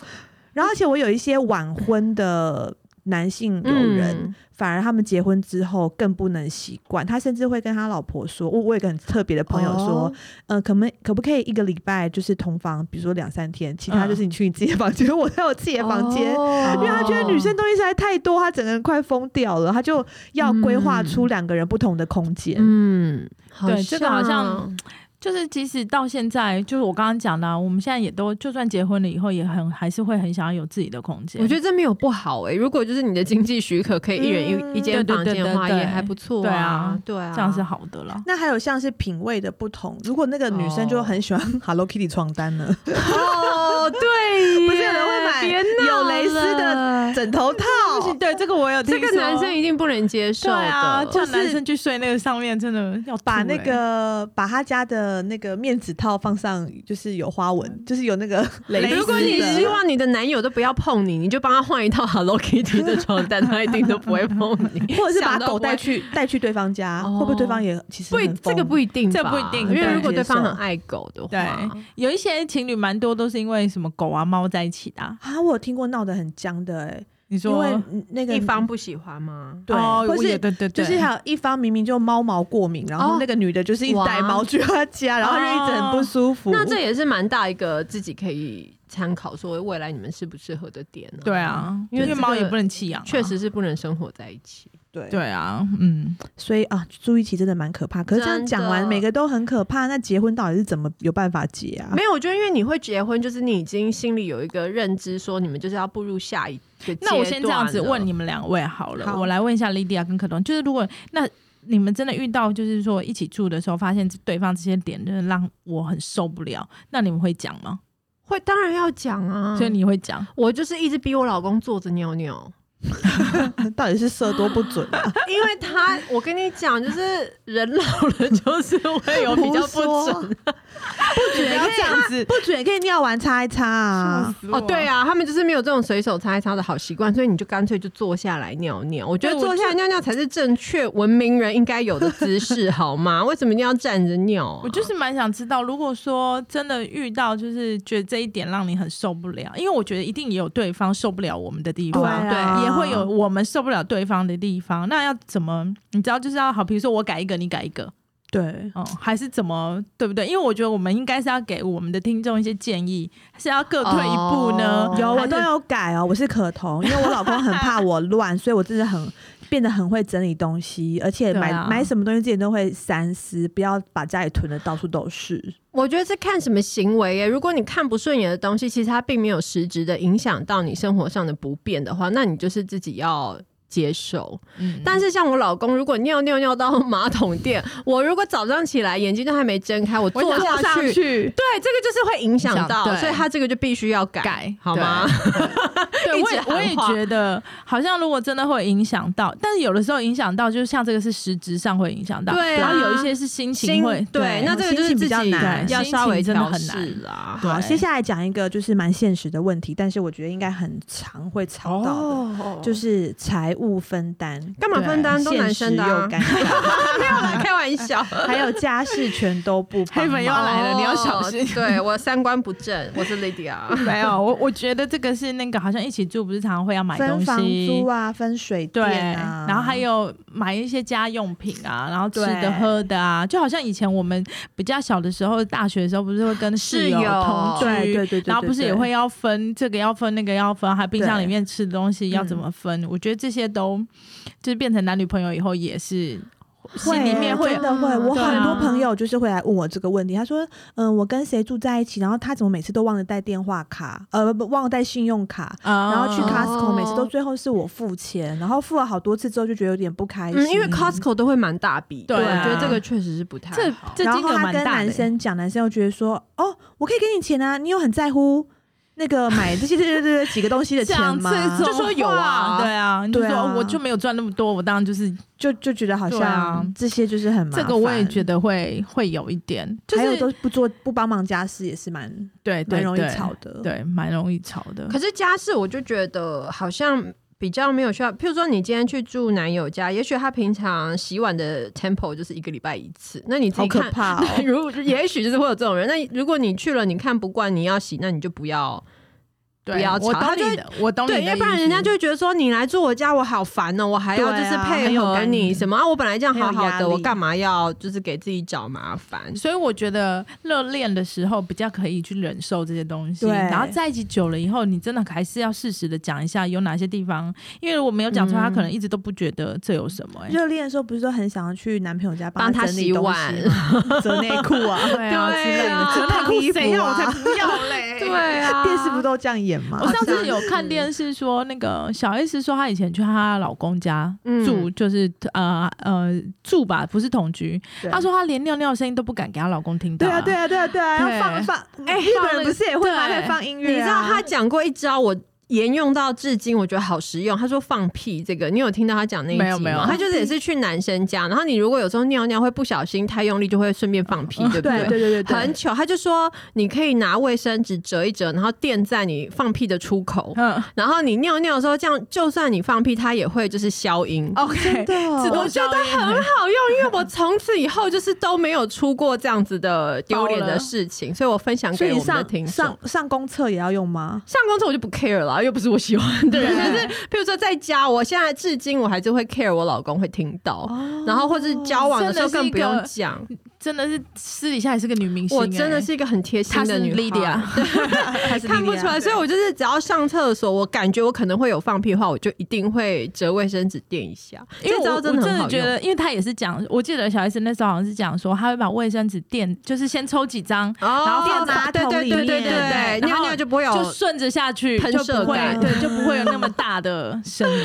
S1: 然后而且我有一些晚婚的男性友人，
S2: 嗯
S1: 反而他们结婚之后更不能习惯，他甚至会跟他老婆说，我我有一个很特别的朋友说，
S2: 哦
S1: 呃，可没可不可以一个礼拜就是同房，比如说两三天，其他
S3: 嗯
S1: 就是你去你自己的房间， 我在我自己的哎房间。
S2: 哦
S1: 因为他觉得女生东西实在太多，他整个人快疯掉了，他就要规划
S2: 嗯
S1: 出两个人不同的空间。
S2: 嗯，好
S3: 对这个好像就是即使到现在，就是我刚刚讲的啊、我们现在也都就算结婚了以后，也很还是会很想要有自己的空间。
S2: 我觉
S3: 得
S2: 得这没有不好哎、如果就是你的经济许可，可以一人一、
S1: 嗯
S2: 一间房间的话，
S3: 对对对对对
S2: 也还不错、对啊，
S3: 这样是好的啦。
S1: 那还有像是品味的不同，如果那个女生就很喜欢 Hello Kitty 床单呢，
S2: 哦，对耶，
S1: 不是有人会买
S2: 别闹
S1: 有
S2: 了
S1: 蕾丝
S2: 哎
S1: 的枕 头套，
S3: 对，这个我有
S2: 这个男生一定不能接受
S3: 对
S2: 的。
S3: 啊，
S1: 或
S3: 叫
S1: 是
S3: 男生去睡那个上面，真的要吐
S1: 把
S3: 欸
S1: 那个把他家的那个面纸套放上，就是有花纹，就是有那个 蕾丝的。
S2: 如果你希望你的男友都不要碰你，你就帮他换一套 Hello Kitty 的床单，他一定都不会碰 你。
S1: 或者是把
S2: 想到
S1: 狗带
S2: 会
S1: 去带去对方家，
S2: 哦
S1: 会不会对方也其实
S2: 不一
S1: 很，
S2: 这个
S1: 疯
S2: 不一定吧，
S3: 这不一定
S2: 因为
S3: 对
S2: 如果对方
S1: 接受
S2: 很爱狗的话，
S3: 对，有一些情侣蛮多都是因为什么狗啊猫在一起的啊、
S1: 啊，我有听过闹得很僵的哎，
S3: 你
S1: 因
S3: 说
S1: 为嗯那个
S2: 一方不喜欢吗？
S1: 对，
S3: 哦
S1: 或
S3: 我也
S1: 是
S3: 对对
S1: 就
S3: 对，
S1: 是还有一方明明就猫毛过敏，然后
S2: 哦
S1: 那个女的就是一直
S2: 哇
S1: 带猫去他家，然后就一直很不舒服。
S2: 那这也是蛮大一个自己可以参考，说未来你们适不适合的点呢、
S3: 对，啊，
S2: 因
S3: 因
S2: 为
S3: 为
S2: 这
S3: 猫
S2: 个
S3: 也不能弃养、啊
S2: 确，实是不能生活在一起。
S1: 对，
S3: 对啊，嗯，
S1: 所以啊，住一起真的蛮可怕。可是这样
S2: 真的
S1: 讲完，每个都很可怕，那结婚到底是怎么有办法结啊？
S2: 没有，我觉得因为你会结婚，就是你已经心里有一个认知，说你们就是要步入下一个阶段了。
S3: 那我先这样子问你们两位好了，
S1: 好
S3: 我来问一下莉迪亚跟可东，就是如果那你们真的遇到，就是说一起住的时候，发现对方这些点真的让我很受不了，那你们会讲吗？
S2: 会当然要讲啊，
S3: 所以你会讲，
S2: 我就是一直逼我老公坐着尿尿，
S1: 到底是射多不准啊？
S2: 因为他，我跟你讲，就是人老了就是会 有比较不准。
S1: 不准也可以
S3: 这样子
S1: 不准也可以尿完擦一擦啊。
S2: 哦，对
S3: 啊，
S2: 啊，他们就是没有这种随手擦一擦的好习惯，所以你就干脆就坐下来尿尿。我觉得
S3: 对我
S2: 坐下来尿尿才是正确文明人应该有的姿势， 好吗？为什么一定要站着尿、啊？
S3: 我就是蛮想知道，如果说真的遇到，就是觉得这一点让你很受不了，因为我觉得一定也有对方受不了我们的地方，
S1: 啊
S3: 也会有我们受不了对方的地方。那要怎么？你知道，就是要好，比如说我改一个，你改一个，
S1: 对，
S3: 哦、还是怎么，对不对？因为我觉得我们应该是要给我们的听众一些建议，是要各退一步呢？
S2: 哦
S1: 有
S3: 还
S1: 我
S3: 是
S1: 都有改哦，我是可彤，因为我老公很怕 我乱，所以我真的很变得很会整理东西，而且买、
S3: 对啊
S1: 买什么东西之前都会三思，不要把家里囤的到处都是。
S2: 我觉得是看什么行为耶。如果你看不顺眼的东西，其实它并没有实质的影响到你生活上的不便的话，那你就是自己要接受。
S3: 嗯
S2: 但是像我老公，如果尿尿尿到马桶 垫，我如果早上起来眼睛都还没睁开，我坐
S3: 我想
S2: 下去，
S3: 去
S2: 对，这个就是会影响
S3: 影响
S2: 到，
S3: 对
S2: 所以他这个就必须要改，
S3: 改
S2: 好吗？
S3: 对对，
S2: 一
S3: 我
S2: 直
S3: 也我
S2: 喊
S3: 也
S2: 话
S3: 觉得，好像如果真的会影响到，但是有的时候影响到，就是像这个是实质上会影响到，
S2: 对啊
S3: 然后有一些是心情
S2: 心
S3: 会，
S2: 对，那这个
S1: 心
S2: 就是
S1: 情
S2: 自
S1: 比较
S2: 己
S1: 难
S2: 要
S3: 心
S2: 稍微
S3: 情真的
S2: 调
S3: 很
S2: 试
S3: 难
S2: 啦。
S1: 好，
S3: 对
S1: 接下来讲一个就是蛮现实的问题，但是我觉得应该很常会吵到的，
S3: 哦
S1: 就是是财务分担。
S2: 哦干嘛
S3: 对
S2: 分担都
S1: 现
S2: 男
S1: 实
S2: 生
S1: 又
S2: 的、啊
S1: 尴，尬，
S2: 没有啦， 开玩笑。
S1: 还有家事全都不帮
S3: 黑粉又要
S1: 忙
S3: 来了你要小
S2: 哦
S3: 心
S2: 对我三观不正，我是 Lydia。
S3: 没有，我我觉得这个是那个好像一起住，不是常常会要买东
S1: 分
S3: 西，
S1: 房租啊，分水
S3: 对，
S1: 电啊，
S3: 然后还有买一些家用品啊，然后吃
S1: 对
S3: 的喝的啊，就好像以前我们比较小的时候，大学的时候不是会跟室
S2: 室友
S3: 同居，
S1: 对对对对对
S3: 然后不是也会要分这个要分那个要分，还有冰箱里面吃的东西要怎么分？我觉得这些都就是变成男女朋友以后也是
S1: 会
S3: 心里面会
S1: 真的会，
S2: 嗯
S1: 我
S3: 对啊
S1: 很多朋友就是会来问我这个问题。他说：“嗯，我跟谁住在一起？然后他怎么每次都忘了带电话卡，呃，不忘了带信用卡，啊然后去
S3: 嗯
S1: Costco
S2: 哦
S1: 每次都最后是我付钱，然后付了好多次之后就觉得有点不开心，
S2: 嗯，因为 Costco 都会蛮大笔的，
S3: 对
S2: 我
S3: 啊
S2: 觉得这个确实是不太
S3: 这
S2: 好。
S3: 这
S1: 然
S3: 金
S1: 后
S3: 额
S1: 他
S3: 蛮
S1: 跟
S3: 大的
S1: 男生讲，男生又觉得说：哦，我可以给你钱啊，你有很在乎那个买这些对对对几个东西的钱
S3: 讲
S1: 吗？
S3: 这
S2: 就
S3: 种
S2: 说有啊
S3: 话对啊，你就
S1: 对
S3: 说
S1: 啊
S3: 哦我就没有赚那么多，我当然就是
S1: 就就觉得好
S3: 对啊
S1: 像这些就是很麻
S3: 这
S1: 烦。
S3: 个我也觉。”得会会有一点，就
S1: 还有
S3: 是
S1: 都不做不帮忙家事也是蛮
S3: 对对
S1: 蛮容易
S3: 对
S1: 吵的，
S3: 对，蛮容易吵的。
S2: 可是家事，我就觉得好像。比较没有需要，譬如说你今天去住男友家，也许他平常洗碗的 tempo 就是一个礼拜一次，那你自
S1: 好
S2: 己
S1: 可
S2: 看。
S1: 怕哦！
S2: 如果也许就是会有这种人，那如果你去了，你看不惯，你要洗，那你就不要
S3: 对
S2: 不要
S3: 我
S2: 吵
S3: 懂
S2: 他就
S3: 你
S2: 会
S3: 的，我懂你的
S2: 对，
S3: 意思，
S2: 要不然人家就会觉得说你来住我家，我好烦哦、我还要
S3: 对
S2: 就
S3: 啊
S2: 是配
S3: 很有
S2: 合
S3: 感
S2: 你
S3: 觉
S2: 什么啊？我本来这样好
S1: 很有
S2: 好
S1: 压力
S2: 的，我干嘛要就是给自己找麻烦？
S3: 所以我觉得热恋的时候比较可以去忍受这些东西，
S1: 对
S3: 然后在一起久了以后，你真的还是要适时的讲一下有哪些地方，因为我没有讲出来，
S2: 嗯
S3: 他可能一直都不觉得这有什么、欸。
S1: 热恋的时候不是都很想要去男朋友家
S2: 帮
S1: 他
S2: 他
S1: 整
S2: 洗
S1: 理东西吗 折内裤啊，
S3: 对
S2: 对啊
S3: 之类的，折内
S1: 烫衣
S3: 裤
S1: 服啊
S3: 谁要我才 不要嘞？
S2: 对啊，
S1: 电视不都这样演吗
S3: 我？
S2: 好
S3: 上
S2: 像
S3: 次
S2: 是
S3: 有看电视说，那个小 S 说她以前去她老公家
S2: 嗯
S3: 住，就是呃呃住吧，不是同居。
S1: 对
S3: 她说她连尿尿的声音都不敢给她老公听到、
S1: 对啊，对啊，对啊，对啊，
S3: 对
S1: 要放放，哎，日本人不是也会吗？
S3: 对
S1: 会放音
S2: 你
S1: 乐
S2: 知
S1: 啊，
S2: 道他讲过一招，我沿用到至今，我觉得好实用。他说放屁这个，你有听到他讲那一集吗
S3: 没有没有
S2: 他就是也是去男生家，然后你如果有时候尿尿会不小心太用力，就会顺便放屁，对不
S1: 哦对对对对对，
S2: 很糗，他就说你可以拿卫生纸折一折，然后垫在你放屁的出口，
S3: 嗯
S2: 然后你尿尿的时候，这样就算你放屁，它也会就是消音。
S3: ，OK，
S1: 对哦
S3: 自动
S2: 我觉得
S3: 消音
S2: 很好用，因为我从此以后就是都没有出过这样子的丢脸的事情，所以我分享
S1: 所
S2: 给
S1: 以
S2: 我们的听
S1: 上
S2: 众。
S1: 上上公厕也要用吗？
S2: 上公厕我就不 care 了，又不是我喜欢的人。 但是，譬如说在家，我现在至今我还是会 care 我老公会听到， 然 后或是交往的时候
S3: 真的是
S2: 更
S3: 一
S2: 不
S3: 个
S2: 用讲。
S3: 真的是私底下也是个女明星、欸
S2: 我真的是一个很贴心
S3: 她
S2: 的
S3: 是
S2: 女孩
S3: Lydia，
S1: 还是
S2: 看不出来，所以我就是只要上厕所，我感觉我可能会有放屁的话，我就一定会折卫生纸垫一下。
S3: 因为
S2: 这招
S3: 我我
S2: 真的很
S3: 的
S2: 好
S3: 觉
S2: 用。
S3: 得，因为她也是讲，我记得小 S 那时候好像是讲说，她会把卫生纸垫，就是先抽几张，然
S2: 哦
S3: 后
S1: 放马
S2: 对
S1: 桶
S2: 对
S1: 里
S2: 对对
S1: 面
S2: 对
S3: 对
S2: 对，尿
S3: 然
S2: 尿
S3: 后
S2: 就不会有
S3: 就顺着下去，
S2: 哦喷
S3: 就
S2: 射
S3: 不会
S2: 感
S3: 对，就不会有那么大 的声音。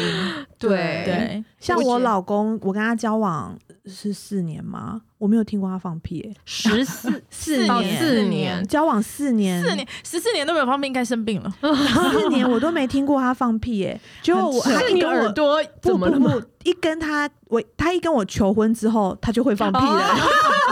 S2: 对
S3: 对，
S1: 像
S2: 我
S1: 我
S2: 觉
S1: 老公，我跟他交往是四年吗？我没有听过他放屁、欸
S2: 十 四
S1: 四
S2: 哦
S1: 年
S2: 四年，
S1: 交往四年，
S3: 四年十四年都没有方便，应该生病了。
S1: 四年我都没听过他放屁、欸，哎，结果我
S3: 很扯
S1: 他
S2: 是
S1: 一
S2: 你
S1: 跟我
S2: 耳朵
S1: 不
S2: 怎么了
S1: 不
S2: 吗？
S1: 不，一跟他我他一跟我求婚之后，他就会放屁了，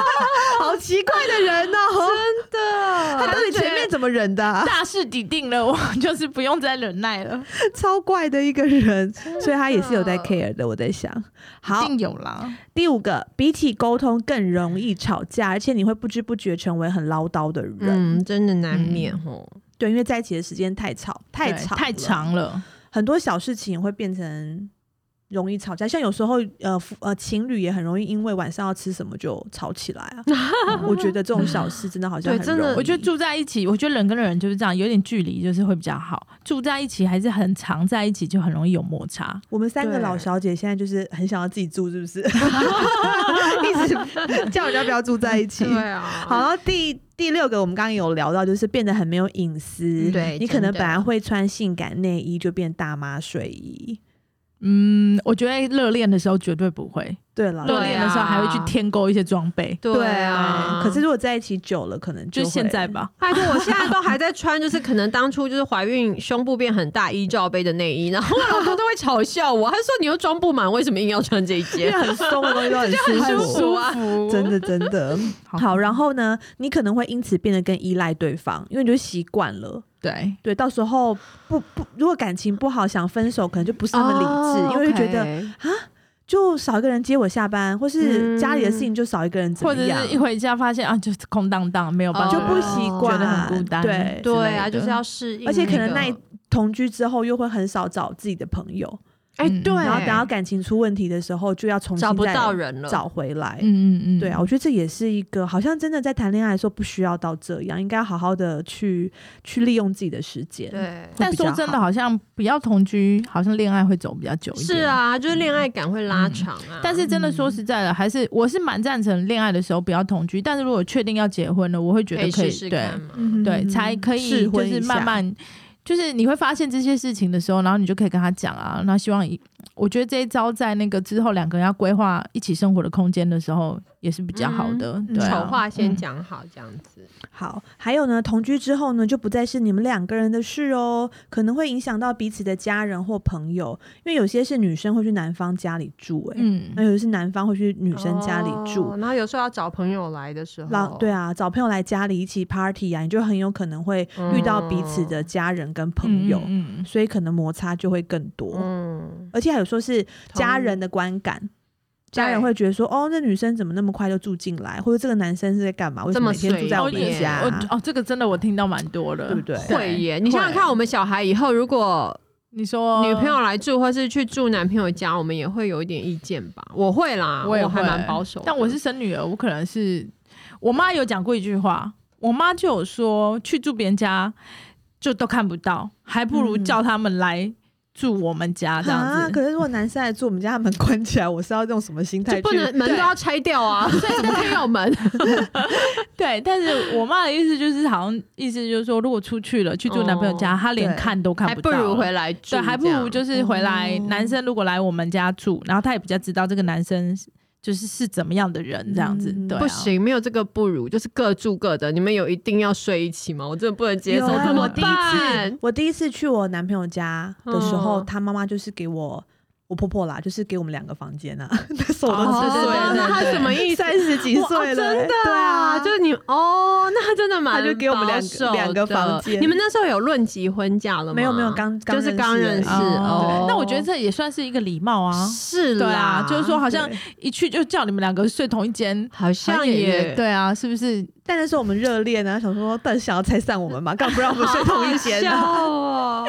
S1: 好奇怪的人哦、
S2: 真的，
S1: 他到底前面怎么忍的啊、
S3: 大势已定了，我就是不用再忍耐了，
S1: 超怪的一个人，所以他也是有在 care 的。我在想，
S3: 一
S1: 好，
S3: 定有啦。
S1: 第五个，比起沟通更容易吵架，而且你会不知不觉成为很唠叨的人。
S2: 嗯，真的难免哦。
S1: 对，因为在一起的时间太吵，太
S3: 对
S1: 长，
S3: 太，长了，
S1: 很多小事情会变成容易吵架。像有时候，呃，夫呃，情侣也很容易因为晚上要吃什么就吵起来 啊。嗯我觉得这种小事真的好像
S2: 对
S1: 很
S2: 真的
S1: 容易
S3: 我觉得住在一起，我觉得人跟人就是这样，有点距离就是会比较好。住在一起还是很常在一起，就很容易有摩擦。
S1: 我们三个
S2: 对
S1: 老小姐现在就是很想要自己住，是不 是？一直叫人家不要住在一起。
S2: 啊
S1: 好，然后第第六个，我们刚刚有聊到，就是变得很没有隐私。
S2: 嗯对
S1: 你可能
S2: 真的
S1: 本来会穿性感内衣，就变大妈睡衣。
S3: 嗯，我觉得热恋的时候绝对不会，
S1: 对了，
S3: 热
S2: 对啊
S3: 恋的时候还会去添购一些装备，
S2: 对
S1: 对
S2: 啊，
S1: 可是如果在一起久了，可能
S3: 就
S1: 会
S3: 现在。吧。
S2: 拜托，我现在都还在穿，就是可能当初就是怀孕胸部变很大一罩杯的内衣，然后我老公都会嘲笑我，他说你又装不满，为什么硬要穿这一
S1: 因为
S2: 件？
S1: 很松的东西都很舒
S2: 很舒服啊
S3: 服
S1: 真的真 的
S3: 好
S1: 好，然后呢，你可能会因此变得更依赖对方，因为你就习惯了。
S3: 对，
S1: 对，到时候不不，如果感情不好想分手，可能就不是那么理智，
S2: 哦
S1: 因为就觉得哎
S2: OK
S1: 就少一个人接我下班，或是家里的事情就少一个人怎
S3: 或
S1: 么
S3: 者
S1: 样，
S3: 是一回家发现啊，就是空荡荡，没有办法，
S1: 就
S2: 哦
S1: 不习惯，
S3: 觉得很孤单
S1: 对，
S3: 之
S2: 对
S3: 类
S2: 啊，
S3: 的
S2: 就是要适应个，
S1: 而且可能那一同居之后又会很少找自己的朋友，
S2: 哎
S3: 嗯
S2: 对，
S1: 然后等到感情出问题的时候，就要重新
S2: 找不
S1: 再
S2: 到人了，
S1: 找回来。
S3: 嗯嗯嗯，
S1: 对啊，我觉得这也是一个，好像真的在谈恋爱的时候不需要到这样，应该好好的去去利用自己的时间。
S2: 对。
S3: 但说真的，好像不要同居，好像恋爱会走比较久一点。
S2: 是，啊，就是恋爱感会拉长啊。
S1: 嗯
S3: 但是真的说实在的，还是我是蛮赞成恋爱的时候不要同居，但是如果确定要结婚了，我会觉
S2: 可
S3: 得
S2: 以
S3: 可以
S2: 试试
S3: 对
S2: 看嘛。
S1: 嗯哼
S3: 对，才可以
S1: 试
S3: 就
S1: 婚
S3: 是
S1: 一
S3: 慢
S1: 下
S3: 慢。就是你会发现这些事情的时候，然后你就可以跟他讲啊。那希望以，我觉得这一招在那个之后两个人要规划一起生活的空间的时候，也是比较好的。
S1: 嗯
S3: 对啊、
S2: 丑话先
S3: 嗯
S2: 讲好，这样子。
S1: 好，还有呢，同居之后呢，就不再是你们两个人的事哦，可能会影响到彼此的家人或朋友，因为有些是女生会去男方家里住、欸，哎、
S3: 嗯
S1: 那有些是男方会去女生家里住。
S2: 哦然后有时候要找朋友来的时候，
S1: 老对啊，找朋友来家里一起 party 啊，你就很有可能会遇到彼此的家人跟朋友，
S3: 嗯嗯
S1: 所以可能摩擦就会更多。
S2: 嗯，
S1: 而且还有说是家人
S2: 的
S1: 的观感，家人会觉得说，哦，那女生怎么那么快就住进来，或者这个男生是在干嘛？为什
S2: 这么
S1: 么每天
S2: 随
S1: 住在我
S2: 意
S1: 们家？
S3: 我哦，这个真的我听到蛮多的，
S1: 对不对
S2: 会耶。你想想看，我们小孩以后如果
S3: 你说
S2: 女朋友来住，或是去住男朋友家，我们也会有一点意见吧？我会啦，我
S3: 我也
S2: 还
S3: 会
S2: 蛮保守的。
S3: 但我是生女儿，我可能是我妈有讲过一句话，我妈就有说去住别人家就都看不到，还不如
S1: 嗯
S3: 叫他们来住我们家这
S1: 啊
S3: 样！子。
S1: 可是如果男生来住我们家门关起来，我是要用什么心态
S2: 就
S1: 去？
S2: 不能门都要拆掉 啊，所以怎么可以有门？
S3: 对，但是我妈的意思就是，好像意思就是说，如果出去了去住男朋友家，她连
S1: 对
S3: 看都看
S2: 哦还
S3: 不
S2: 不
S3: 到了，
S2: 如回来住，
S3: 对，还不如就是回来。
S1: 哦
S3: 男生如果来我们家住，然后他也比较知道这个男生是就是是怎么样的人，这样子、
S1: 嗯
S3: 对、啊，
S2: 不行，没有这个不如，就是各住各的。你们有一定要睡一起吗？我真的不能接受，
S1: 有啊
S2: 怎么
S1: 我第一次
S2: 办？
S1: 我第一次去我男朋友家的时候，
S2: 嗯
S1: 他妈妈就是给我我婆婆啦，就是给我们两个房间啊。 那时候我
S3: 哦
S1: 都
S3: 对
S1: 几岁
S3: 对对对
S1: 了，
S2: 那他
S3: 对
S2: 什么意思？
S1: 三十几岁了、
S2: 哇哦真的
S1: 对啊，
S2: 就是你哦， 那他真的蛮
S1: 他就给我们两个
S2: 保守的
S1: 两个房间
S2: 你们那时候有论及婚嫁了吗？
S1: 没有没有刚刚
S2: 就是刚认识
S1: 而已
S2: 哦
S3: 对那我觉得这也算是一个礼貌啊。
S2: 是
S3: 对
S2: 啦
S3: 啊，，就是说好
S1: 好
S3: 像一去就叫你们两个睡同一间，
S2: 好像也
S3: 对啊，是不是？
S1: 但那时候我们热恋啊，想说但想要拆散我们嘛，干嘛不让我们睡同一间呢、
S2: 好好笑哦。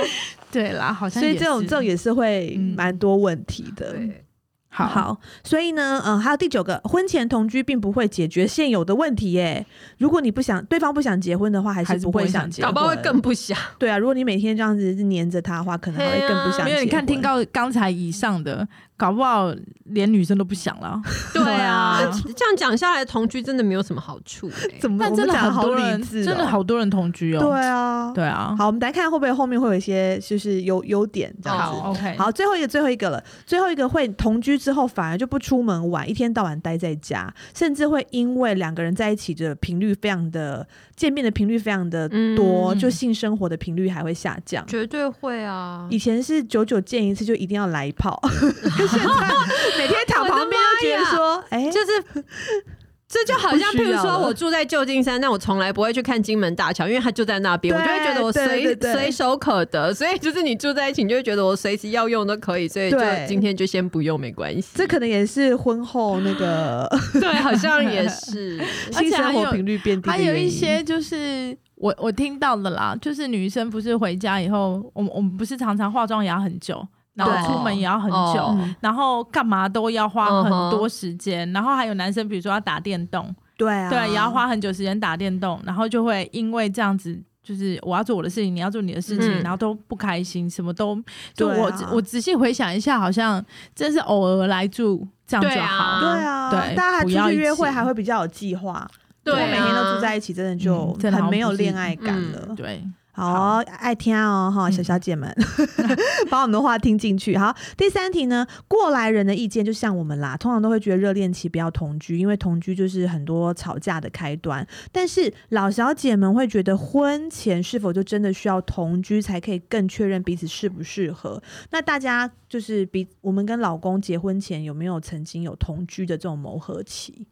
S3: 对啦，好像
S1: 所以这种这种也是会
S3: 嗯
S1: 蛮多问题的。
S2: 对，
S3: 好
S1: 好，所以呢，嗯、还有第九个，婚前同居并不会解决现有的问题耶。如果你不想对方不想结婚的话，还
S3: 还
S1: 是
S3: 是
S1: 不
S3: 不
S1: 会
S3: 会
S1: 想
S3: 想
S1: 结
S2: 搞
S1: 婚，
S2: 不好会更不想。
S1: 对啊。如果你每天这样子黏着他的话，可能还会更不想结婚。
S3: 因为你看听到刚才以上的，搞不好连女生都不想了。
S2: 对
S3: 啊
S2: 啊，这样讲下来，同居真的没有什么好处欸。
S1: 怎么
S3: 但真的
S1: 我们讲得
S3: 很
S1: 好
S3: 多
S1: 理
S3: 人，
S1: 智哦
S3: 真的好多人同居哦。
S1: 对啊。
S3: 对啊，
S1: 好，我们来看会不会后面会有一些就是优优点这样子。
S2: 好
S3: ，OK，
S1: 好，最后一个，最后一个了。最后一个会同居之后，反而就不出门玩，一天到晚待在家，甚至会因为两个人在一起的频率非常的见面的频率非常的多，
S3: 嗯哦
S1: 就性生活的频率还会下降。
S2: 绝对会啊！
S1: 以前是久久见一次就一定要来一炮， 现 在每天躺旁边就觉得说，哎、
S2: 就是。 这就好像，
S1: 不需
S2: 譬如
S1: 要
S2: 说
S1: 了
S2: 我住在旧金山，但我从来不会去看金门大桥，因为它就在那边，我
S1: 对
S2: 就会觉得我
S1: 对对
S2: 随
S1: 对
S2: 随手可得。所以就是你住在一起，你就会觉得我随时要用都可以，所以就
S1: 对
S2: 今天就先不用没关系。
S1: 这可能也是婚后那个
S2: 对，好像也 是。
S3: 而
S1: 性
S3: 且
S1: 生
S3: 还有
S1: 活频率变低的
S3: 还
S1: 原因，
S3: 有一些就是我我听到的啦，就是女生不是回家以后，我们我们不是常常化妆也要很久，然
S1: 对
S3: 后出门也要很久，
S2: 哦
S1: 嗯
S3: 然后干嘛都要花
S2: 嗯
S3: 很
S2: 哼
S3: 多时间，然后还有男生，比如说要打电动，
S1: 对啊，
S3: 对，也要花很久时间打电动，然后就会因为这样子。就是我要做我的事情，你要做你的事情，
S2: 嗯
S3: 然后都不开心，什么都就
S1: 对啊
S3: 我、我仔细回想一下，好像真是偶尔来住这样
S2: 对
S3: 就
S2: 啊
S3: 好。
S1: 对啊，
S3: 对
S1: 大家还
S3: 不要
S1: 出去
S3: 一
S1: 约
S3: 起
S1: 会还会比较有计划。
S2: 对
S1: 如
S2: 啊，
S1: 果每天都住在一起，真的就
S3: 嗯真的
S1: 很
S3: 好像
S1: 没有
S3: 不是
S1: 恋爱感
S2: 嗯
S1: 了。
S3: 对
S1: 好哦，爱听哦
S3: 嗯
S1: 哈，小小姐们， 把我们的话听进去。好，第三题呢，过来人的意见就像我们啦，通常都会觉得热恋期不要同居，因为同居就是很多吵架的开端。但是老小姐们会觉得婚前是否就真的需要同居才可以更确认彼此适不适合？那大家就是比我们跟老公结婚前有没有曾经有同居的这种磨合期？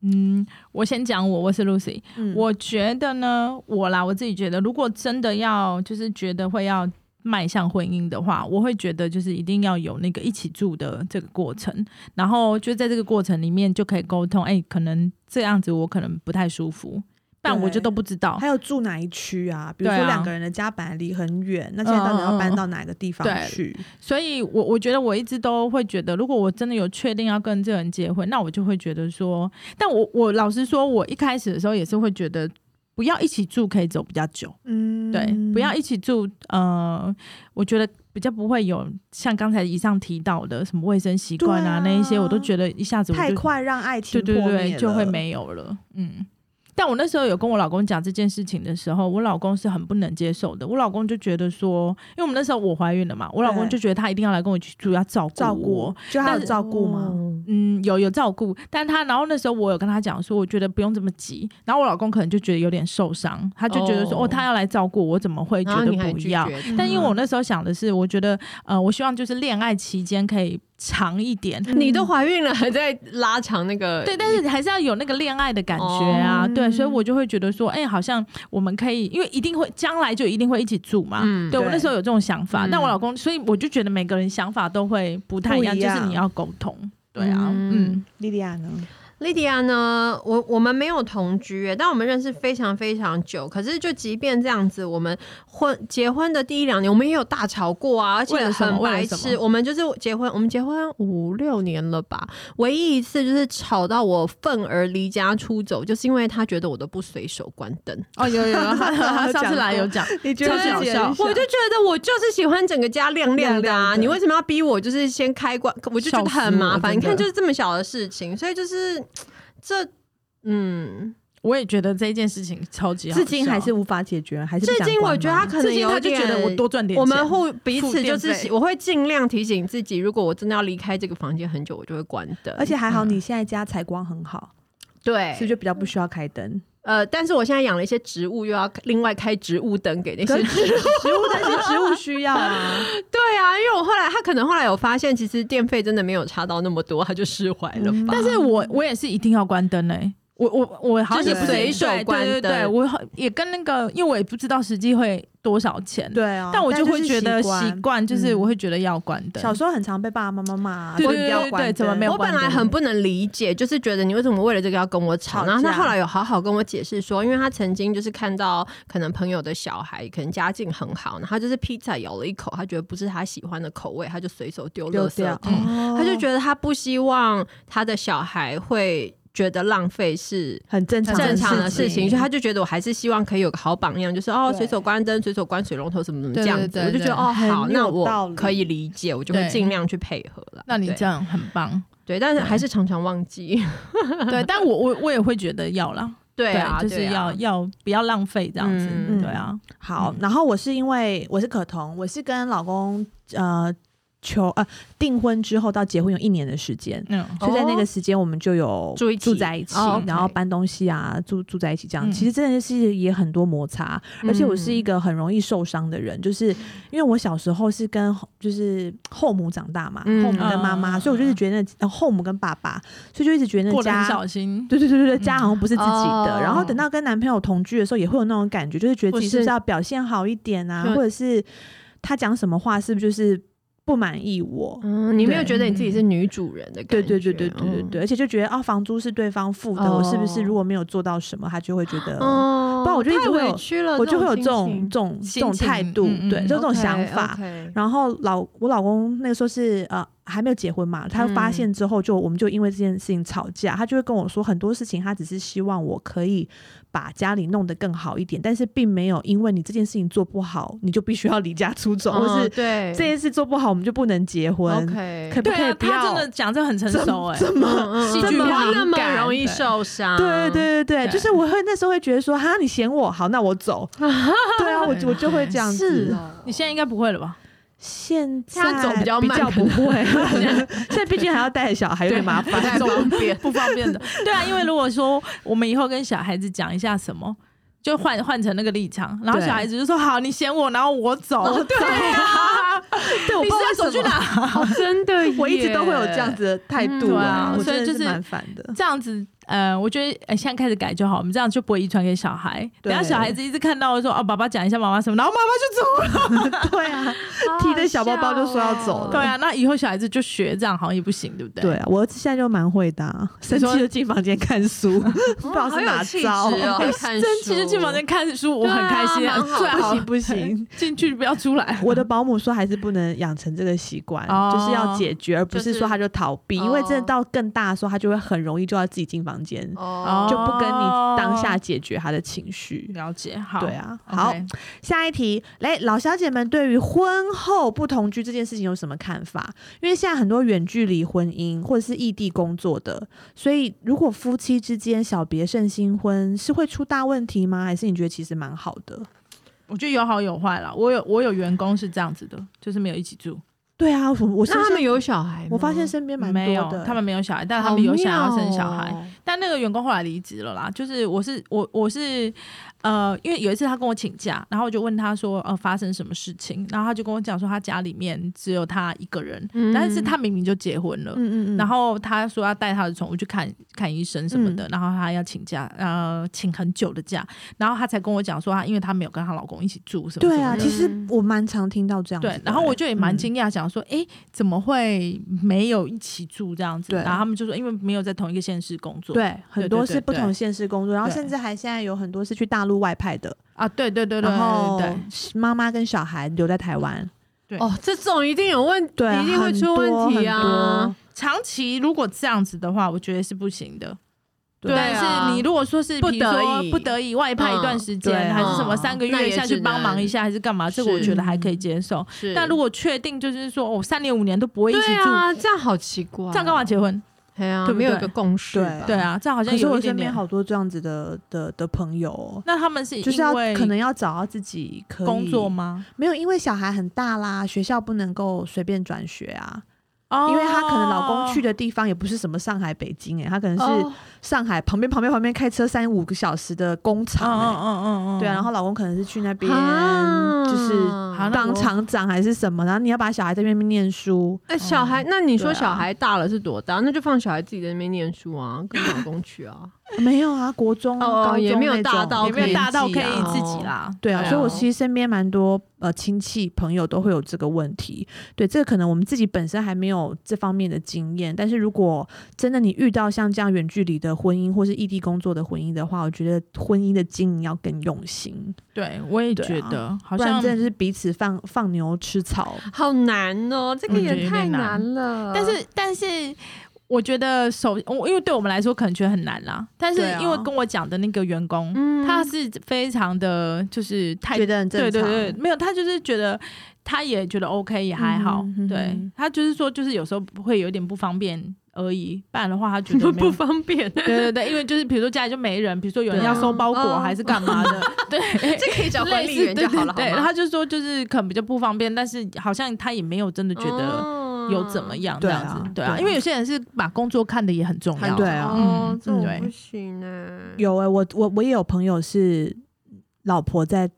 S3: 嗯，我先讲我，我是 Lucy。
S1: 嗯
S3: 我觉得呢，我啦，我自己觉得，如果真的要就是觉得会要迈向婚姻的话，我会觉得就是一定要有那个一起住的这个过程，然后就在这个过程里面就可以沟通，哎、可能这样子我可能不太舒服，但我就都不知道
S1: 还。有住哪一区啊？比如
S3: 对
S1: 说
S3: 啊
S1: 两个人的家本来离很远，那现在到底要搬到哪个地方
S3: 嗯嗯嗯
S1: 去？
S3: 所以我我觉得我一直都会觉得，如果我真的有确定要跟这个人结婚，那我就会觉得说，但我我老实说，我一开始的时候也是会觉得，不要一起住可以走比较久。
S1: 嗯，
S3: 对，不要一起住，呃，我觉得比较不会有像刚才以上提到的什么卫生习惯啊
S1: 对啊
S3: 那一些，我都觉得一下子我
S1: 太
S3: 就
S1: 快让爱情
S3: 对对
S1: 破
S3: 对
S1: 灭
S3: 就会
S1: 了。
S3: 没有了，嗯。但我那时候有跟我老公讲这件事情的时候，我老公是很不能接受的。我老公就觉得说，因为我们那时候我怀孕了嘛，我老公
S1: 对
S3: 就觉得他一定要来跟我一起住，要照顾
S1: 照顾
S3: 我。，
S1: 就还
S3: 但
S1: 有
S3: 是
S1: 照顾吗？
S2: 哦？
S3: 嗯，有有照顾，但他然后那时候我有跟他讲说，我觉得不用这么急。然后我老公可能就觉得有点受伤，他就觉得说，
S2: 哦
S3: 哦，他要来照顾我，我怎么会觉
S2: 然后
S3: 得
S2: 你还
S3: 不
S2: 拒
S3: 要？
S2: 绝他
S3: 但因为我那时候想的是，我觉得呃，我希望就是恋爱期间可以长一点。
S1: 嗯
S2: 你都怀孕了，还在拉长那个
S3: 对，但是还是要有那个恋爱的感觉啊，
S1: 哦
S3: 对，所以我就会觉得说，哎、好像我们可以，因为一定会将来就一定会一起住嘛，
S2: 嗯
S3: 对我
S1: 对
S3: 那时候有这种想法，
S2: 嗯
S3: 但我老公，所以我就觉得每个人想法都会不太一样，
S1: 不一样
S3: 就是你要沟通，对啊，嗯，
S1: 莉莉亚 呢？
S2: 莉迪亚呢，我我们没有同居耶，但我们认识非常非常久。可是就即便这样子，我们婚结婚的第一两年，我们也有大吵过啊，而且
S3: 为了什么
S2: 很
S3: 为
S2: 白
S3: 了什么
S2: 痴。我们就是结婚，我们结婚五六年了吧，唯一一次就是吵到我愤而离家出走，就是因为他觉得我都不随手关灯。
S3: 哦，有有 有，他他上次来有讲，
S1: 你觉
S3: 得
S1: 得
S3: 自己
S1: 自己
S3: 很小
S2: 我就觉得我就是喜欢整个家亮亮的
S1: 亮亮
S2: 啊！
S1: 的
S2: 你为什么要逼我？就是先开关，我就觉得
S3: 笑死我
S2: 很麻烦。你
S3: 真
S2: 看，
S3: 的
S2: 就是这么小的事情，所以就是这，嗯，
S3: 我也觉得这件事情超级好
S1: 至
S3: 笑，
S1: 今还是无法解决，还是
S2: 至
S1: 不想
S2: 今
S1: 关
S2: 我觉得
S1: 吗
S2: 他可
S3: 至
S2: 能
S3: 今他
S2: 有
S3: 就觉得
S2: 点
S3: 我多赚点钱，
S2: 我们互彼
S3: 付
S2: 此就
S3: 电
S2: 是
S3: 费
S2: 喜，我会尽量提醒自己，如果我真的要离开这个房间很久，我就会关灯。
S1: 而且还好，
S3: 嗯
S1: 你现在家采光很好，所以
S2: 对，
S1: 就比较不需要开 灯。
S2: 呃，但是我现在养了一些植物，又要另外开植物灯给那
S1: 可
S2: 些植物。
S1: 植物但 是植物需要 啊，
S2: 对啊，因为我后来他可能后来有发现，其实电费真的没有差到那么多，他就释怀了
S1: 嗯
S2: 吧。
S3: 但是我我也是一定要关灯哎、我我我好像
S2: 就是
S3: 也不是
S2: 随手
S3: 对
S2: 关
S3: 对对对，
S2: 灯
S3: 我好也跟那个，因为我也不知道实际会多少钱，
S1: 对啊，
S3: 但我就会
S1: 是
S3: 觉得
S1: 习惯
S3: 习惯，就是
S1: 嗯
S3: 我会觉得要关灯。
S1: 小时候很常被爸爸妈妈骂，啊
S3: 对
S1: 说
S3: 对
S1: 你不要
S3: 对对
S1: 关
S3: 对怎么
S1: 灯
S3: 没有
S2: 我本来很不能理解，就是觉得你为什么为了这个要跟我
S1: 吵
S2: 吵？然后他
S1: 架
S2: 后来有好好跟我解释说，因为他曾经就是看到可能朋友的小孩可能家境很好，然后他就是披萨咬了一口，他觉得不是他喜欢的口味，他就随手丢
S1: 丢
S2: 垃圾
S1: 掉，
S2: 桶。
S1: 哦
S2: 他就觉得他不希望他的小孩会觉得浪费是
S1: 很正常
S2: 正常的
S1: 的
S2: 事情，所以他就觉得我还是希望可以有个好榜样，就是哦，
S1: 对
S2: 随手关灯，随手关水龙头，什么什么
S3: 对
S2: 这样子，
S3: 对对
S2: 我就觉得
S3: 对
S2: 哦，好，
S1: 很有
S2: 那
S1: 道
S2: 我
S1: 理
S2: 可以理解，我就会
S3: 对
S2: 尽量去配合了。
S3: 那你
S2: 对
S3: 这样很棒，
S2: 对，但是
S3: 对
S2: 还是常常忘 记。
S3: 对，但我我我也会觉得要啦，
S2: 对啊，
S3: 就是
S2: 对啊
S3: 要、要不要浪费这样子，
S2: 嗯
S3: 对啊，
S1: 好
S3: 嗯。
S1: 然后我是因为我是可彤，我是跟老公呃求呃订婚之后到结婚有一年的时间，
S3: 嗯，
S1: 所以在那个
S2: 哦
S1: 时间我们就有
S2: 住一起
S1: 住在一起，
S2: 哦，OK
S1: 然后搬东西啊，住住在一起这样。
S3: 嗯
S1: 其实真的是也很多摩擦，
S2: 嗯
S1: 而且我是一个很容易受伤的人，就是因为我小时候是跟就是后母长大嘛，
S2: 嗯
S1: 后母跟妈妈，
S3: 嗯
S1: 所以我就是觉得、呃后母跟爸爸，所以就一直觉得那
S3: 过得很
S1: 家。
S3: 小心，
S1: 对对对对对，
S3: 嗯
S1: 家好像不是自己的。
S2: 哦
S1: 然后等到跟男朋友同居的时候，也会有那种感觉，就是觉得
S2: 或
S1: 自己是不
S2: 是
S1: 是要表现好一点啊，
S2: 就
S1: 或者是他讲什么话是不是就是不满意我？
S2: 嗯，你没有
S3: 对
S2: 觉得你自己是女主人的
S1: 对
S2: 感觉？嗯
S1: 对对对对对对，而且就觉得哦，房租是对方付的，我是不是
S2: 哦
S1: 如果没有做到什么，他就会觉得
S2: 嗯，哦，
S1: 不然我就一直
S2: 太
S1: 会
S2: 委
S1: 有
S2: 屈了，
S1: 我就会有这种
S2: 心情
S1: 这种这
S3: 心
S1: 种
S3: 情
S1: 态度，
S3: 嗯嗯
S1: 对，
S3: 嗯
S1: 就这种
S2: OK，
S1: 想法。
S2: OK
S1: 然后老我老公那个时候是呃还没有结婚嘛，他
S2: 嗯
S1: 发现之后就、我们就因为这件事情吵架，他就会跟我说很多事情，他只是希望我可以把家里弄得更好一点，但是并没有因为你这件事情做不好，你就必须要离家出走，或
S3: 嗯
S1: 是
S2: 嗯对
S1: 这件事做不好，我们就不能结婚。
S2: OK，嗯
S1: 可不
S3: 对
S1: 可以
S3: 啊，
S1: 不要？
S3: 他真的讲这很成熟哎、
S1: 怎么？
S3: 戏剧
S2: 怎么
S3: 化
S2: 会那么
S3: 感
S2: 容易
S3: 对
S2: 受伤？
S1: 对对对对，
S3: 对
S1: 就是我会那时候会觉得说，哈，你嫌我好，那我 走。对啊，我就我就会这样子。
S2: 是哦，
S3: 你现在应该不会了吧？
S1: 现
S2: 现在
S1: 在
S2: 走比较慢
S1: 不会，现在毕竟还要带小孩，有点麻
S2: 不太
S1: 烦。
S2: 方 便。
S3: 不方便的。对啊，因为如果说我们以后跟小孩子讲一下什么，就换换成那个立场，然后
S1: 对
S3: 小孩子就说好，你嫌我，然后 我走。对啊，
S1: 对，我不
S3: 你
S1: 知道
S3: 是要走
S1: 为什
S3: 去
S1: 么，
S3: 哪？
S2: 哦，真的耶，
S1: 我一直都会有这样子的态
S2: 嗯
S1: 度
S2: 对
S3: 啊
S1: 我
S3: 所以
S1: 真的
S3: 就是
S1: 是蛮烦的。
S3: 这样子，呃，我觉得、呃、现在开始改就好，我们这样就不会遗传给小孩。
S1: 对
S3: 等下小孩子一直看到说哦，爸爸讲一下妈妈什么，然后妈妈就走了。
S1: 对啊，
S2: 好
S1: 提着小包包就说要
S2: 好笑哦
S1: 走了
S3: 对啊，那以后小孩子就学这样，好像也不行，对不 对？
S1: 对。啊，我儿子现在就蛮会的啊，生气就进房间看书，不知道是哪招
S2: 好有气质。 哦，看
S3: 真其实
S2: 书
S3: 进房间看书，我很开心，
S2: 对啊蛮好
S3: 最
S1: 不
S3: 好
S1: 行不行，
S3: 进去不要出来。
S1: 我的保姆说还是不能养成这个习惯，
S3: 哦
S1: 就是要解决，而不
S2: 就是是
S1: 说他就逃避，
S2: 哦
S1: 因为真的到更大的时候，他就会很容易就要自己进房间，
S2: 哦，
S1: 就不跟你当下解决他的情绪。
S3: 了解，好，
S1: 对啊，
S3: OK
S1: 好，下一题，来，老小姐们对于婚后不同居这件事情有什么看法？因为现在很多远距离婚姻或者是异地工作的，所以如果夫妻之间小别胜新婚，是会出大问题吗？还是你觉得其实蛮好的？
S3: 我觉得有好有坏啦。我有我有员工是这样子的，就是没有一起住，
S1: 对啊，我我身
S2: 那他们
S1: 边
S2: 有小孩吗？
S1: 我发现身边蛮
S3: 没
S1: 多
S3: 有
S1: 的，
S3: 他们没有小孩，但
S2: 好
S3: 他们有想要生小孩。
S2: 妙哦
S3: 但那个员工后来离职了啦。就是我是我我是呃，因为有一次他跟我请假，然后我就问他说呃发生什么事情，然后他就跟我讲说他家里面只有他一个人，
S2: 嗯
S3: 但是他明明就结婚了。
S1: 嗯嗯嗯，
S3: 然后他说要带他的宠物去看看医生什么的，
S1: 嗯
S3: 然后他要请假，呃，请很久的假，然后他才跟我讲说他，因为他没有跟她老公一起住什么什么
S1: 对
S3: 的
S1: 啊，
S2: 嗯
S1: 其实我蛮常听到这样子的
S3: 对，然后我就也蛮
S1: 嗯
S3: 惊讶，想说，诶，怎么会没有一起住这样子？
S1: 对
S3: 然后他们就说，因为没有在同一个县市工作。
S1: 对，很多
S3: 对对
S1: 是不
S3: 对
S1: 同县市工作，然后
S3: 对
S1: 甚至还现在有很多是去大陆外派的，
S3: 啊，对对对对
S1: 然后
S3: 对对
S1: 妈妈跟小孩留在台湾，
S3: 对
S2: 哦，这种一定有问，
S1: 对啊，
S2: 一定会出问题
S1: 很多
S2: 啊
S1: 很。
S3: 长期如果这样子的话，我觉得是不行的。
S1: 对
S3: 但
S2: 啊
S3: 是你如果说是
S2: 不
S3: 比如说
S2: 得已
S3: 不得已外派一段时间，
S1: 嗯对
S3: 还是什
S2: 嗯
S3: 么三个
S2: 那
S3: 月
S2: 也
S3: 下去
S2: 只
S3: 帮忙
S2: 能
S3: 一下，还是干嘛？这个
S2: 是
S3: 我觉得还可以
S1: 嗯
S3: 接受。
S2: 是
S3: 但如果确定就是说，哦，三年五年都不会一起
S2: 对
S3: 住，
S2: 啊，这样好奇怪哦，
S3: 这样干嘛结婚？
S2: 对啊，
S3: 对不
S2: 没有一
S3: 对
S2: 个共识
S1: 对
S2: 吧，
S3: 对啊，这样
S1: 多
S3: 好像
S1: 可是
S3: 有
S1: 我
S3: 一点
S1: 身边
S3: 点。
S1: 好多这样子的的的朋友哦，
S3: 那他们是
S1: 就是要
S3: 因为
S1: 可能要找到自己可以
S3: 工作？吗？
S1: 没有，因为小孩很大啦，学校不能够随便转学啊，
S3: 哦
S1: 因为她可能老公去的地方也不是什么上海、北京，哎，她可能是
S2: 哦，
S1: 上海旁边、旁边、旁边开车三五个小时的工厂，哎
S3: 嗯嗯嗯嗯，
S1: 对啊，然后老公可能是去那边
S2: 啊
S1: 就是
S3: 好那
S1: 当
S3: 我
S1: 厂长还是什么，然后你要把小孩在那边念书，
S2: 哎，小孩，那你说
S1: 对啊
S2: 小孩大了是多大？那就放小孩自己在那边念书啊，跟老公去啊。
S1: 没有啊，国中、
S2: 哦
S1: 高中
S2: 也没有
S1: 那种
S2: 大到
S3: 也没有大到可以啊哎自
S2: 哦
S3: 己啦，
S1: 对啊，
S2: 对啊
S1: 所以我其实身边蛮多呃亲戚朋友都会有这个问题。对，这个可能我们自己本身还没有这方面的经验，但是如果真的你遇到像这样远距离的婚姻或是异地工作的婚姻的话，我觉得婚姻的经营要更用心，
S3: 对，我也
S1: 对啊
S3: 觉得好
S1: 不然
S3: 像。
S1: 真的是彼此放放牛吃草。
S2: 好难哦，这个
S3: 嗯对
S2: 也
S3: 有点
S2: 太
S3: 难
S2: 难了。
S3: 但是，但是，我觉得首，我因为对我们来说可能觉得很难啦。但是
S1: 对啊，
S3: 因为跟我讲的那个员工，
S2: 嗯
S3: 他是非常的，就是太
S1: 觉得很正
S3: 对
S1: 常，
S3: 对对，没有，他就是觉得他也觉得 OK，也还好。
S1: 嗯哼哼
S3: 对
S1: 哼
S3: 他就是说，就是有时候会有点不方便而已。不然的话，他觉得没
S2: 不
S3: 有。
S2: 方便，
S3: 对对对，因为就是比如说家里就没人，比如说有人
S1: 对啊嗯
S3: 要收包
S2: 哦
S3: 裹还是干嘛的，对，
S2: 这可以找管
S3: 类
S2: 理
S3: 似
S2: 员就好了，
S3: 对对对，
S2: 好
S3: 然后
S2: 吗？
S3: 他就说就是可能比较不方便，但是好像他也没有真的觉得
S2: 得
S3: 有怎么样这
S1: 对
S3: 样
S1: 啊
S3: 子，对
S1: 对啊
S3: 啊，因为有些人是把工作看的也很重要，
S1: 对啊
S2: 哦
S3: 嗯
S2: 这我
S3: 对
S2: 不行欸呢。
S1: 有哎、我我我也有朋友是老婆在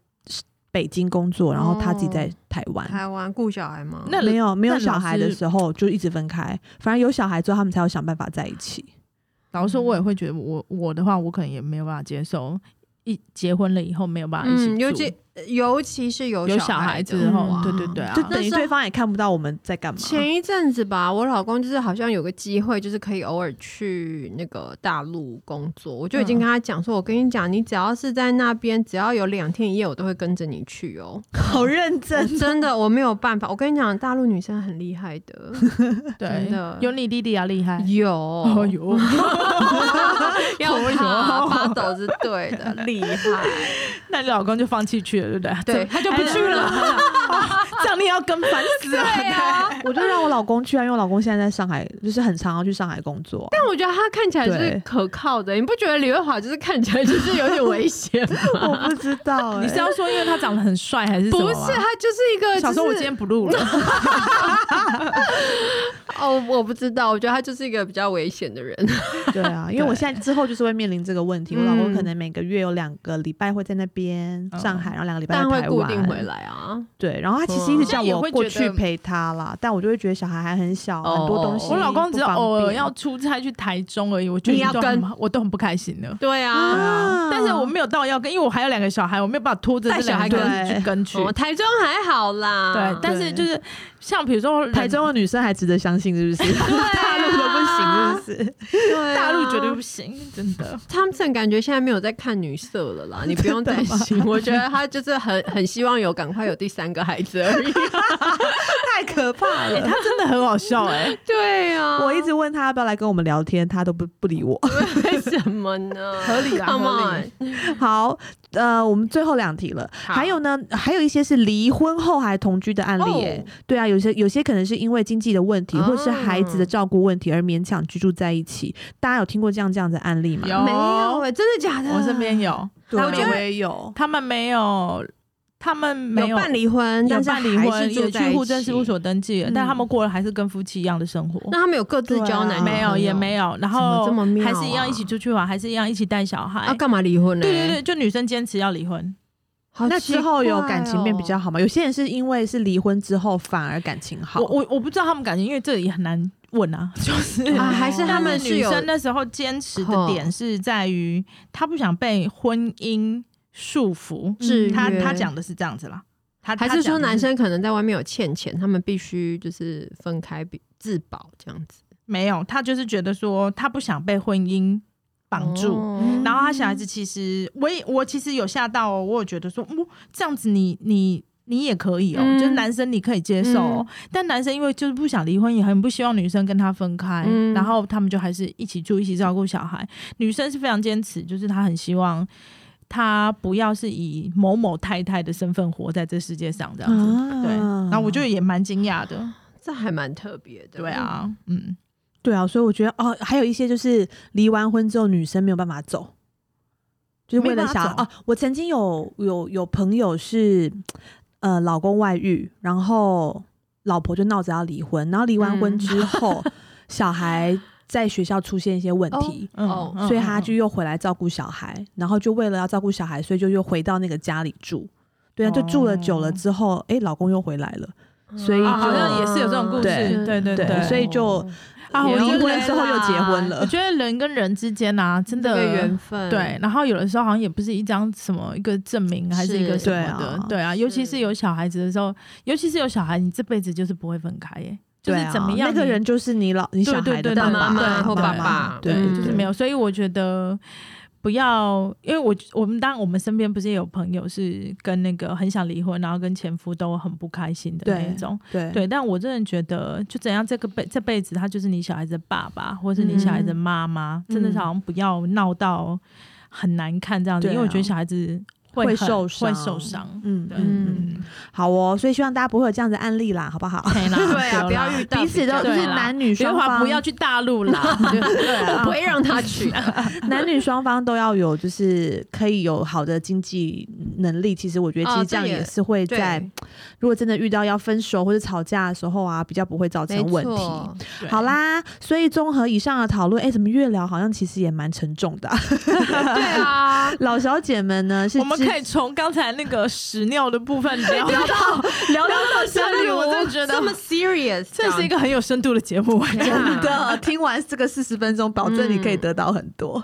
S1: 北京工作，然后他自己
S3: 哦
S1: 在台湾。
S2: 台湾顾小孩吗？
S3: 那
S1: 没有没有
S3: 那老
S1: 小孩的
S3: 师
S1: 时候就一直分开，反正有小孩之后他们才有想办法在一起。
S3: 老实说，我也会觉得我我的话，我可能也没有办法接受一结婚了以后没有办法一起
S2: 嗯，
S3: 住，
S2: 尤其尤其是有
S3: 有小孩
S2: 的
S3: 之后
S2: 话，
S3: 对对对啊
S1: 就，等于
S2: 那时候
S1: 对方也看不到我们在干嘛。
S2: 前一阵子吧，我老公就是好像有个机会，就是可以偶尔去那个大陆工作，我就已经
S3: 嗯
S2: 跟他讲说，我跟你讲，你只要是在那边，只要有两天一夜，我都会跟着你去 哦。
S1: 好认
S2: 我
S1: 真，
S2: 真的我没有办法，我跟你讲，大陆女生很厉害的，真
S3: 对
S2: 的，
S3: 有你弟弟啊厉害，哦
S2: 有
S3: 呦，
S2: 要
S3: 哎呦
S2: 他发抖是对 的，厉害，
S3: 那你老公就放弃去了，对不对？
S2: 对，
S3: 他就不去了，
S2: 了。
S3: 这样你也要跟烦死了。
S2: 对 啊，
S1: 我就让我老公去啊，因为我老公现在在上海，就是很常要去上海工作啊。
S2: 但我觉得他看起来是
S1: 对
S2: 可靠的，你不觉得李慧华就是看起来就是有点危险吗？
S1: 我不知 道、欸，
S3: 你是要说因为他长得很帅还是什
S2: 不
S3: 么
S2: 是，
S3: 啊？
S2: 他就是一个、就是，
S3: 小时候我今天不 录了，
S2: 哦，我不知道，我觉得他就是一个比较危险 的人。
S1: 对嗯啊，因为我现在之后就是会面临这个问题，我老公可能每个月有两个礼拜会在那边、
S3: 嗯
S1: 上海，然后两个礼拜在
S2: 但会
S1: 台
S2: 固
S1: 湾
S2: 定回。来啊。
S1: 对，然后他其实一直叫
S3: 嗯这样也
S1: 我
S3: 会
S1: 过
S3: 觉
S1: 去
S3: 得
S1: 陪他啦，但我就会觉得小孩还很小，
S2: 哦
S1: 很多东西
S3: 我老公只有
S1: 不方便
S3: 偶尔要出差去台中而已，我觉得
S2: 你要
S3: 都很
S2: 跟
S3: 我都很不开心的。
S2: 对啊，
S1: 啊
S3: 但是我没有到要跟，因为我还有两个小孩，我没有办法拖着这两个
S1: 带小孩
S3: 人去跟去。
S2: 哦，台中还好啦。
S3: 对，但是就是像比如说
S1: 台
S2: 啊
S1: 中的女生还值得相信，是不 是？大陆的不行，是不是？
S2: 对啊
S3: 大陆绝对不行，真的。
S2: Thompson 感觉现在没有在看女色了 啦，你不用担心。我觉得他就是很 很希望有赶快有第三个孩子而已。
S1: 太可怕
S3: 哎、
S1: 了。
S3: 他真的很好笑哎、
S2: 对啊，
S1: 我一直问他要不要来跟我们聊天，他都不不理我。
S2: 为什么 呢？
S3: 合理啦
S2: Come
S3: 合
S2: on，
S3: 理
S1: 好，呃，我们最后两题了，
S2: 好
S1: 还有呢，还有一些是离婚后还同居的案例、耶。
S2: 哦
S1: 对啊，有些有些可能是因为经济的问题，
S2: 哦
S1: 或是孩子的照顾问题而勉强居住在一起。大家有听过这样这样的案例吗？
S3: 有
S2: 没有哎，真的假的？
S3: 哦我身边有，
S1: 对，
S2: 我觉得
S1: 也有。
S3: 他们没有，他们没
S2: 有办
S3: 离
S2: 离婚，但是
S3: 办离
S2: 还
S3: 婚，
S2: 是住
S3: 也
S2: 在
S3: 去
S2: 一
S3: 户政
S2: 起
S3: 事务。所登记了，
S1: 嗯
S3: 但他们过的还是跟夫妻一样的生活。
S2: 那他们有各自交
S1: 对啊
S2: 男女朋
S3: 没有
S2: 友
S3: 也没有，然
S2: 么
S3: 后
S2: 这么妙
S3: 还是一
S2: 啊
S3: 样一起出去玩，还是一样一起带小孩。
S2: 啊？干嘛离婚呢？
S3: 对对对，就女生坚持要离婚，
S2: 好
S1: 那
S2: 奇
S1: 之后有
S2: 怪啊
S1: 感情变比
S2: 哦
S1: 较好吗？有些人是因为是离婚之后反而感情好。
S3: 我我我不知道他们感情，因为这也很难问啊， 就是
S2: 啊，
S1: 哦
S2: 还是他们
S3: 但
S2: 是
S3: 女
S2: 有
S3: 生那时候坚持的点是在于，她不想被婚姻束缚。
S1: 嗯
S2: 制约，
S3: 她她讲的是这样子啦，她
S2: 还
S3: 她
S2: 是
S3: 讲
S2: 说
S3: 的
S2: 男生可能在外面有欠钱，他们必须就是分开比自保这样子
S3: 没有？她就是觉得说，她不想被婚姻绑住。
S2: 哦
S3: 然后她小孩子其实，我也我其实有吓到哦，我有觉得说，嗯，这样子你你你也可以哦，
S2: 嗯
S3: 就是男生你可以接受、哦，
S1: 嗯
S3: 但男生因为就是不想离婚，也很不希望女生跟他分开，
S2: 嗯
S3: 然后他们就还是一起住，一起照顾小孩。女生是非常坚持，就是她很希望她不要是以某某太太的身份活在这世界上这样子。
S1: 啊
S3: 对，然后我就也蛮惊讶的，
S2: 这还蛮特别的，
S3: 对，啊，嗯，
S1: 对啊，所以我觉得哦，还有一些就是离完婚之后女生没有办法走，就是为了小
S3: 没办法
S1: 哦。我曾经有有有朋友是呃老公外遇，然后老婆就闹着要离婚，然后离完婚之后， 小孩在学校出现一些问题。
S3: 嗯
S2: 哦
S3: 嗯
S1: 所以他就
S3: 嗯
S1: 又回来照顾小孩，然后就为了要照顾小孩，所以就又回到那个家里住。对啊，就住了久了
S3: 哦
S1: 之后，哎、老公又回来了，
S2: 嗯
S1: 所以
S3: 啊好像
S1: 就
S3: 也是有这种故事，
S1: 对
S3: 对对
S1: 对所以就
S3: 啊，我
S2: 也
S1: 离
S3: 觉得
S1: 婚之后又结婚了
S3: 我。觉得人跟人之间啊，真
S2: 这
S3: 的
S2: 个缘
S1: 嗯
S2: 分，
S3: 对，，然后有的时候好像也不是一张什么一个证明，还是一个
S2: 是
S3: 什么的，
S1: 对啊
S3: 尤其是有小孩子的时候，尤其是有小孩，你这辈子就是不会分开耶，就
S1: 对
S3: 是怎么样
S1: 啊、
S3: 你，
S1: 那个人就是你老你
S3: 对
S1: 小孩
S3: 对对
S1: 爸
S2: 的
S1: 爸
S2: 妈妈
S3: 对
S2: 或
S3: 对
S2: 爸
S3: 对
S2: 爸，
S1: 对
S2: 嗯
S3: 就是没有，所以我觉得。不要，因为我我们当然我们身边不是也有朋友是跟那个很想离婚，然后跟前夫都很不开心的那
S1: 对
S3: 一种，
S1: 对
S3: 对，但我真的觉得，就怎样这个辈这辈子，他就是你小孩子的爸爸，或是你小孩子的妈妈，真的是
S1: 嗯
S3: 好像不要闹到很难看这样子，
S1: 对啊
S3: 因为我觉得小孩子会
S1: 会
S3: 很
S1: 受
S3: 会
S1: 伤
S3: 受伤。
S1: 嗯
S3: 对
S1: 嗯，
S3: 嗯，
S1: 好哦，所以希望大家不会有这样的案例啦，好不好？
S3: 对啦，
S2: 对 啊，不要遇到
S1: 彼此都
S2: 比较
S1: 就是
S3: 对啦
S1: 男女
S3: 徐
S1: 双
S3: 华
S1: 方，
S3: 不要去大 陆啦，
S1: 对
S2: 我
S1: 啊
S2: 不会让他去的，
S1: 男女双方都要有，就是可以有好的经济能力。其实我觉得，
S2: 哦
S1: 其实这样
S2: 这也
S1: 也是会
S2: 对
S1: 在如果真的遇到要分手或者吵架的时候啊，比较不会造
S2: 没
S1: 成问题。
S2: 错，
S3: 对
S1: 好，啦，所以综合以上的讨论，哎，怎么越聊好像其实也蛮沉重的啊、
S2: 对啊，
S1: 老小姐们呢是
S3: 我们
S1: 实
S3: 可以从刚才那个屎尿的部分聊到聊到到下
S2: 这
S3: 面，
S2: 里
S3: 我真的觉
S2: 这么
S3: 得
S2: serious，
S3: 这是一个很有深度的节目。
S2: 这 样
S1: 真的，听完这个四十分钟，保证你可以得到很多。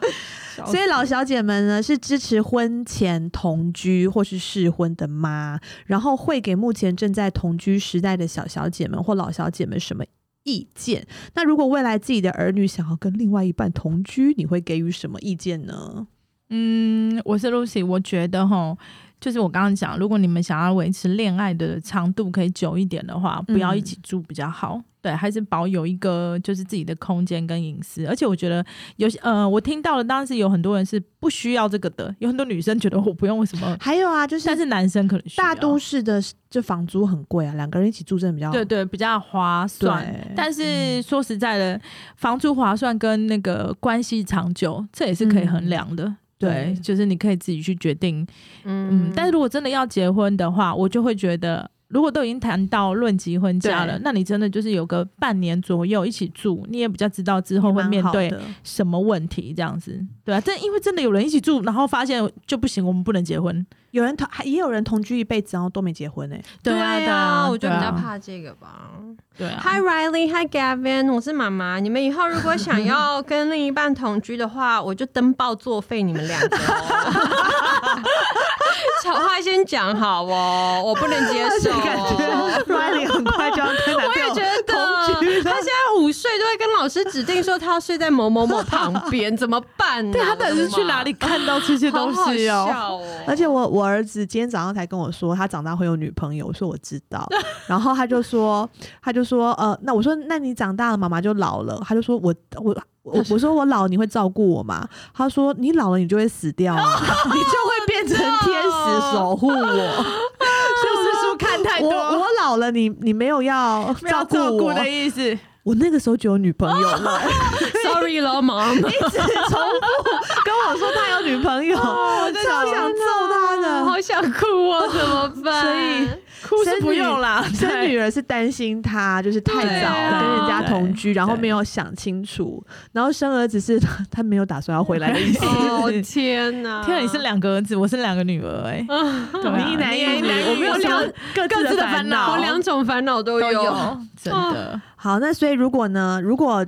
S1: 所以老小姐们呢，是支持婚前同居或是试婚的妈，然后会给目前正在同居时代的小小姐们或老小姐们什么意见？那如果未来自己的儿女想要跟另外一半同居，你会给予什么意见呢？
S3: 嗯，我是 Lucy，我觉得哈，就是我刚刚讲，如果你们想要维持恋爱的长度可以久一点的话，不要一
S1: 嗯
S3: 起住比较好。对，还是保有一个就是自己的空间跟隐私。而且我觉得有些呃，我听到了，当时有很多人是不需要这个的，有很多女生觉得我不用为什么，
S1: 还有啊， 就
S3: 但
S1: 是
S3: 是男生可能需要
S1: 大都市的这房租很贵啊，两个人一起住真的比较
S3: 对对比较划算。
S1: 对嗯
S3: 但是说实在的，房租划算跟那个关系长久，这也是可以衡量的。对，
S1: 嗯对
S3: 就是你可以自己去决定
S2: 嗯
S3: 嗯，但是如果真的要结婚的话，我就会觉得，如果都已经谈到论及婚嫁了，
S2: 对
S3: 那你真的就是有个半年左右一起住，你也比较知道之后会面
S1: 也
S3: 对
S1: 蛮好的
S3: 什么问题，这样子，对啊，但因为真的有人一起住，然后发现就不行，我们不能结婚，
S1: 有人同还也有人同居一辈子，然后都没结婚呢、欸
S2: 对
S3: 啊，对
S2: 啊，嗯我就比较
S3: 对啊，
S2: 怕这个吧。
S3: 对 啊，
S2: Hi Riley，Hi Gavin，我是妈妈。你们以后如果想要跟另一半同居的话，我就登报作废你们两个 哦。丑话先讲好哦，我不能接受
S1: 而且感
S2: 哦。
S1: 觉 Riley 很快就要跟男
S2: 我
S1: 朋
S2: 也
S1: 友
S2: 觉得，
S1: 同居了
S2: 他现在五岁都会跟老师指定说他要睡在某某某旁边， 怎么办呢、
S3: 对他到底是去哪里看到这些
S2: 好
S3: 东
S2: 好
S3: 西哦？
S2: 笑哦？
S1: 而且我我儿子今天早上才跟我说，他长大会有女朋友，我说我知 道，然后他就说他就说呃，那我说那你长大了，妈妈就老了，他就说我我我我说我老你会照顾我吗？他说你老了你就会死掉 啊，你就会变成天使守护我，就是说
S3: 看太
S1: 我我老了你你没有要
S3: 没有
S1: 照顾
S3: 照顾
S1: 我，
S3: 的意思，
S1: 我那个时候就有女朋友了。
S2: Sorry 咯 mom。
S1: 一直重复跟我说他有女朋友，
S3: 哦
S1: 超想揍他
S2: 我
S1: 的。
S2: 哎好想哭哦，怎么办？
S1: 所以
S3: 哭是不用啦，
S1: 生
S3: 对
S1: 女儿是担心他就是太
S2: 对
S1: 早
S2: 啊
S1: 跟人家同居，然后没有想清楚，然后生儿子是 他没有打算要回来的意思。
S2: 哦天哪！
S3: 天啊，你是两个儿子，我是两个女儿、哎、对啊
S1: 你一男一女，我们有
S3: 我是
S1: 两各
S3: 各自的
S1: 烦
S3: 烦恼
S2: 我哦两种烦恼都
S3: 都
S2: 有。
S3: 有，真的，
S1: 好，那所以如果呢，如果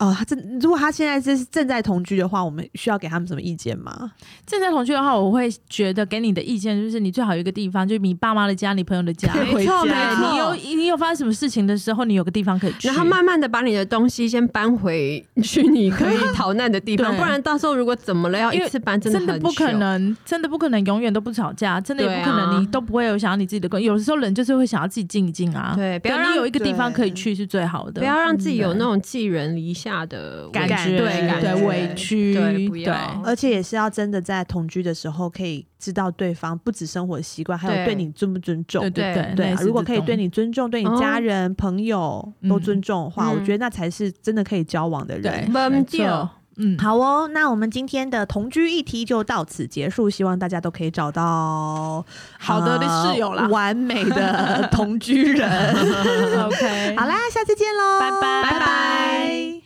S1: 哦，他正如果他现在是正在同居的话，我们需要给他们什么意见吗？
S3: 正在同居的话，我会觉得给你的意见就是，你最好有一个地方，就是你爸妈的家、你朋友的家。
S1: 可以
S3: 对
S1: 回
S2: 没错，
S1: 家
S2: 没
S3: 你有
S2: 错。
S3: 你有发生什么事情的时候，你有个地方可以去。
S2: 然后慢慢的把你的东西先搬回去你可以逃难的地方，
S3: 对
S2: 不然到时候如果怎么了要一次搬，的
S3: 真的
S2: 很
S3: 不可
S2: 糗。
S3: 能，真的不可能永远都不吵架，真的也
S2: 对
S3: 不
S2: 啊
S3: 可能，你都不会有想要你自己的工。有时候人就是会想要自己静一静啊。
S2: 对不要
S3: 你
S2: 让
S3: 有一个地方
S1: 对
S3: 可以去是最好的。
S2: 不要让自己有那种寄人篱下的
S3: 感
S2: 委
S3: 觉
S2: 对感
S1: 对
S2: 觉
S1: 委
S3: 屈
S2: 对不要
S3: 对
S1: 而且也是要真的在同居的时候，可以知道对方不止生活习惯，还有对
S2: 对
S1: 你尊不尊重。
S3: 对
S2: 对
S3: 对
S1: 对啊
S3: 类似
S1: 如果
S3: 这
S1: 可以对
S3: 种
S1: 你尊重，对你家
S2: 哦
S1: 人、朋友都尊重的话，
S2: 嗯
S1: 我觉得那才是真的可以交往的
S3: 对
S1: 人。
S2: 没
S3: 没
S2: 错
S3: 错，嗯，
S1: 好哦，那我们今天的同居议题就到此结束，希望大家都可以找到
S3: 好的
S1: 呃
S3: 室友啦
S1: 完美 的同居人。
S3: ，OK，
S1: 啊好啦，下次见喽，
S3: 拜拜
S1: 拜拜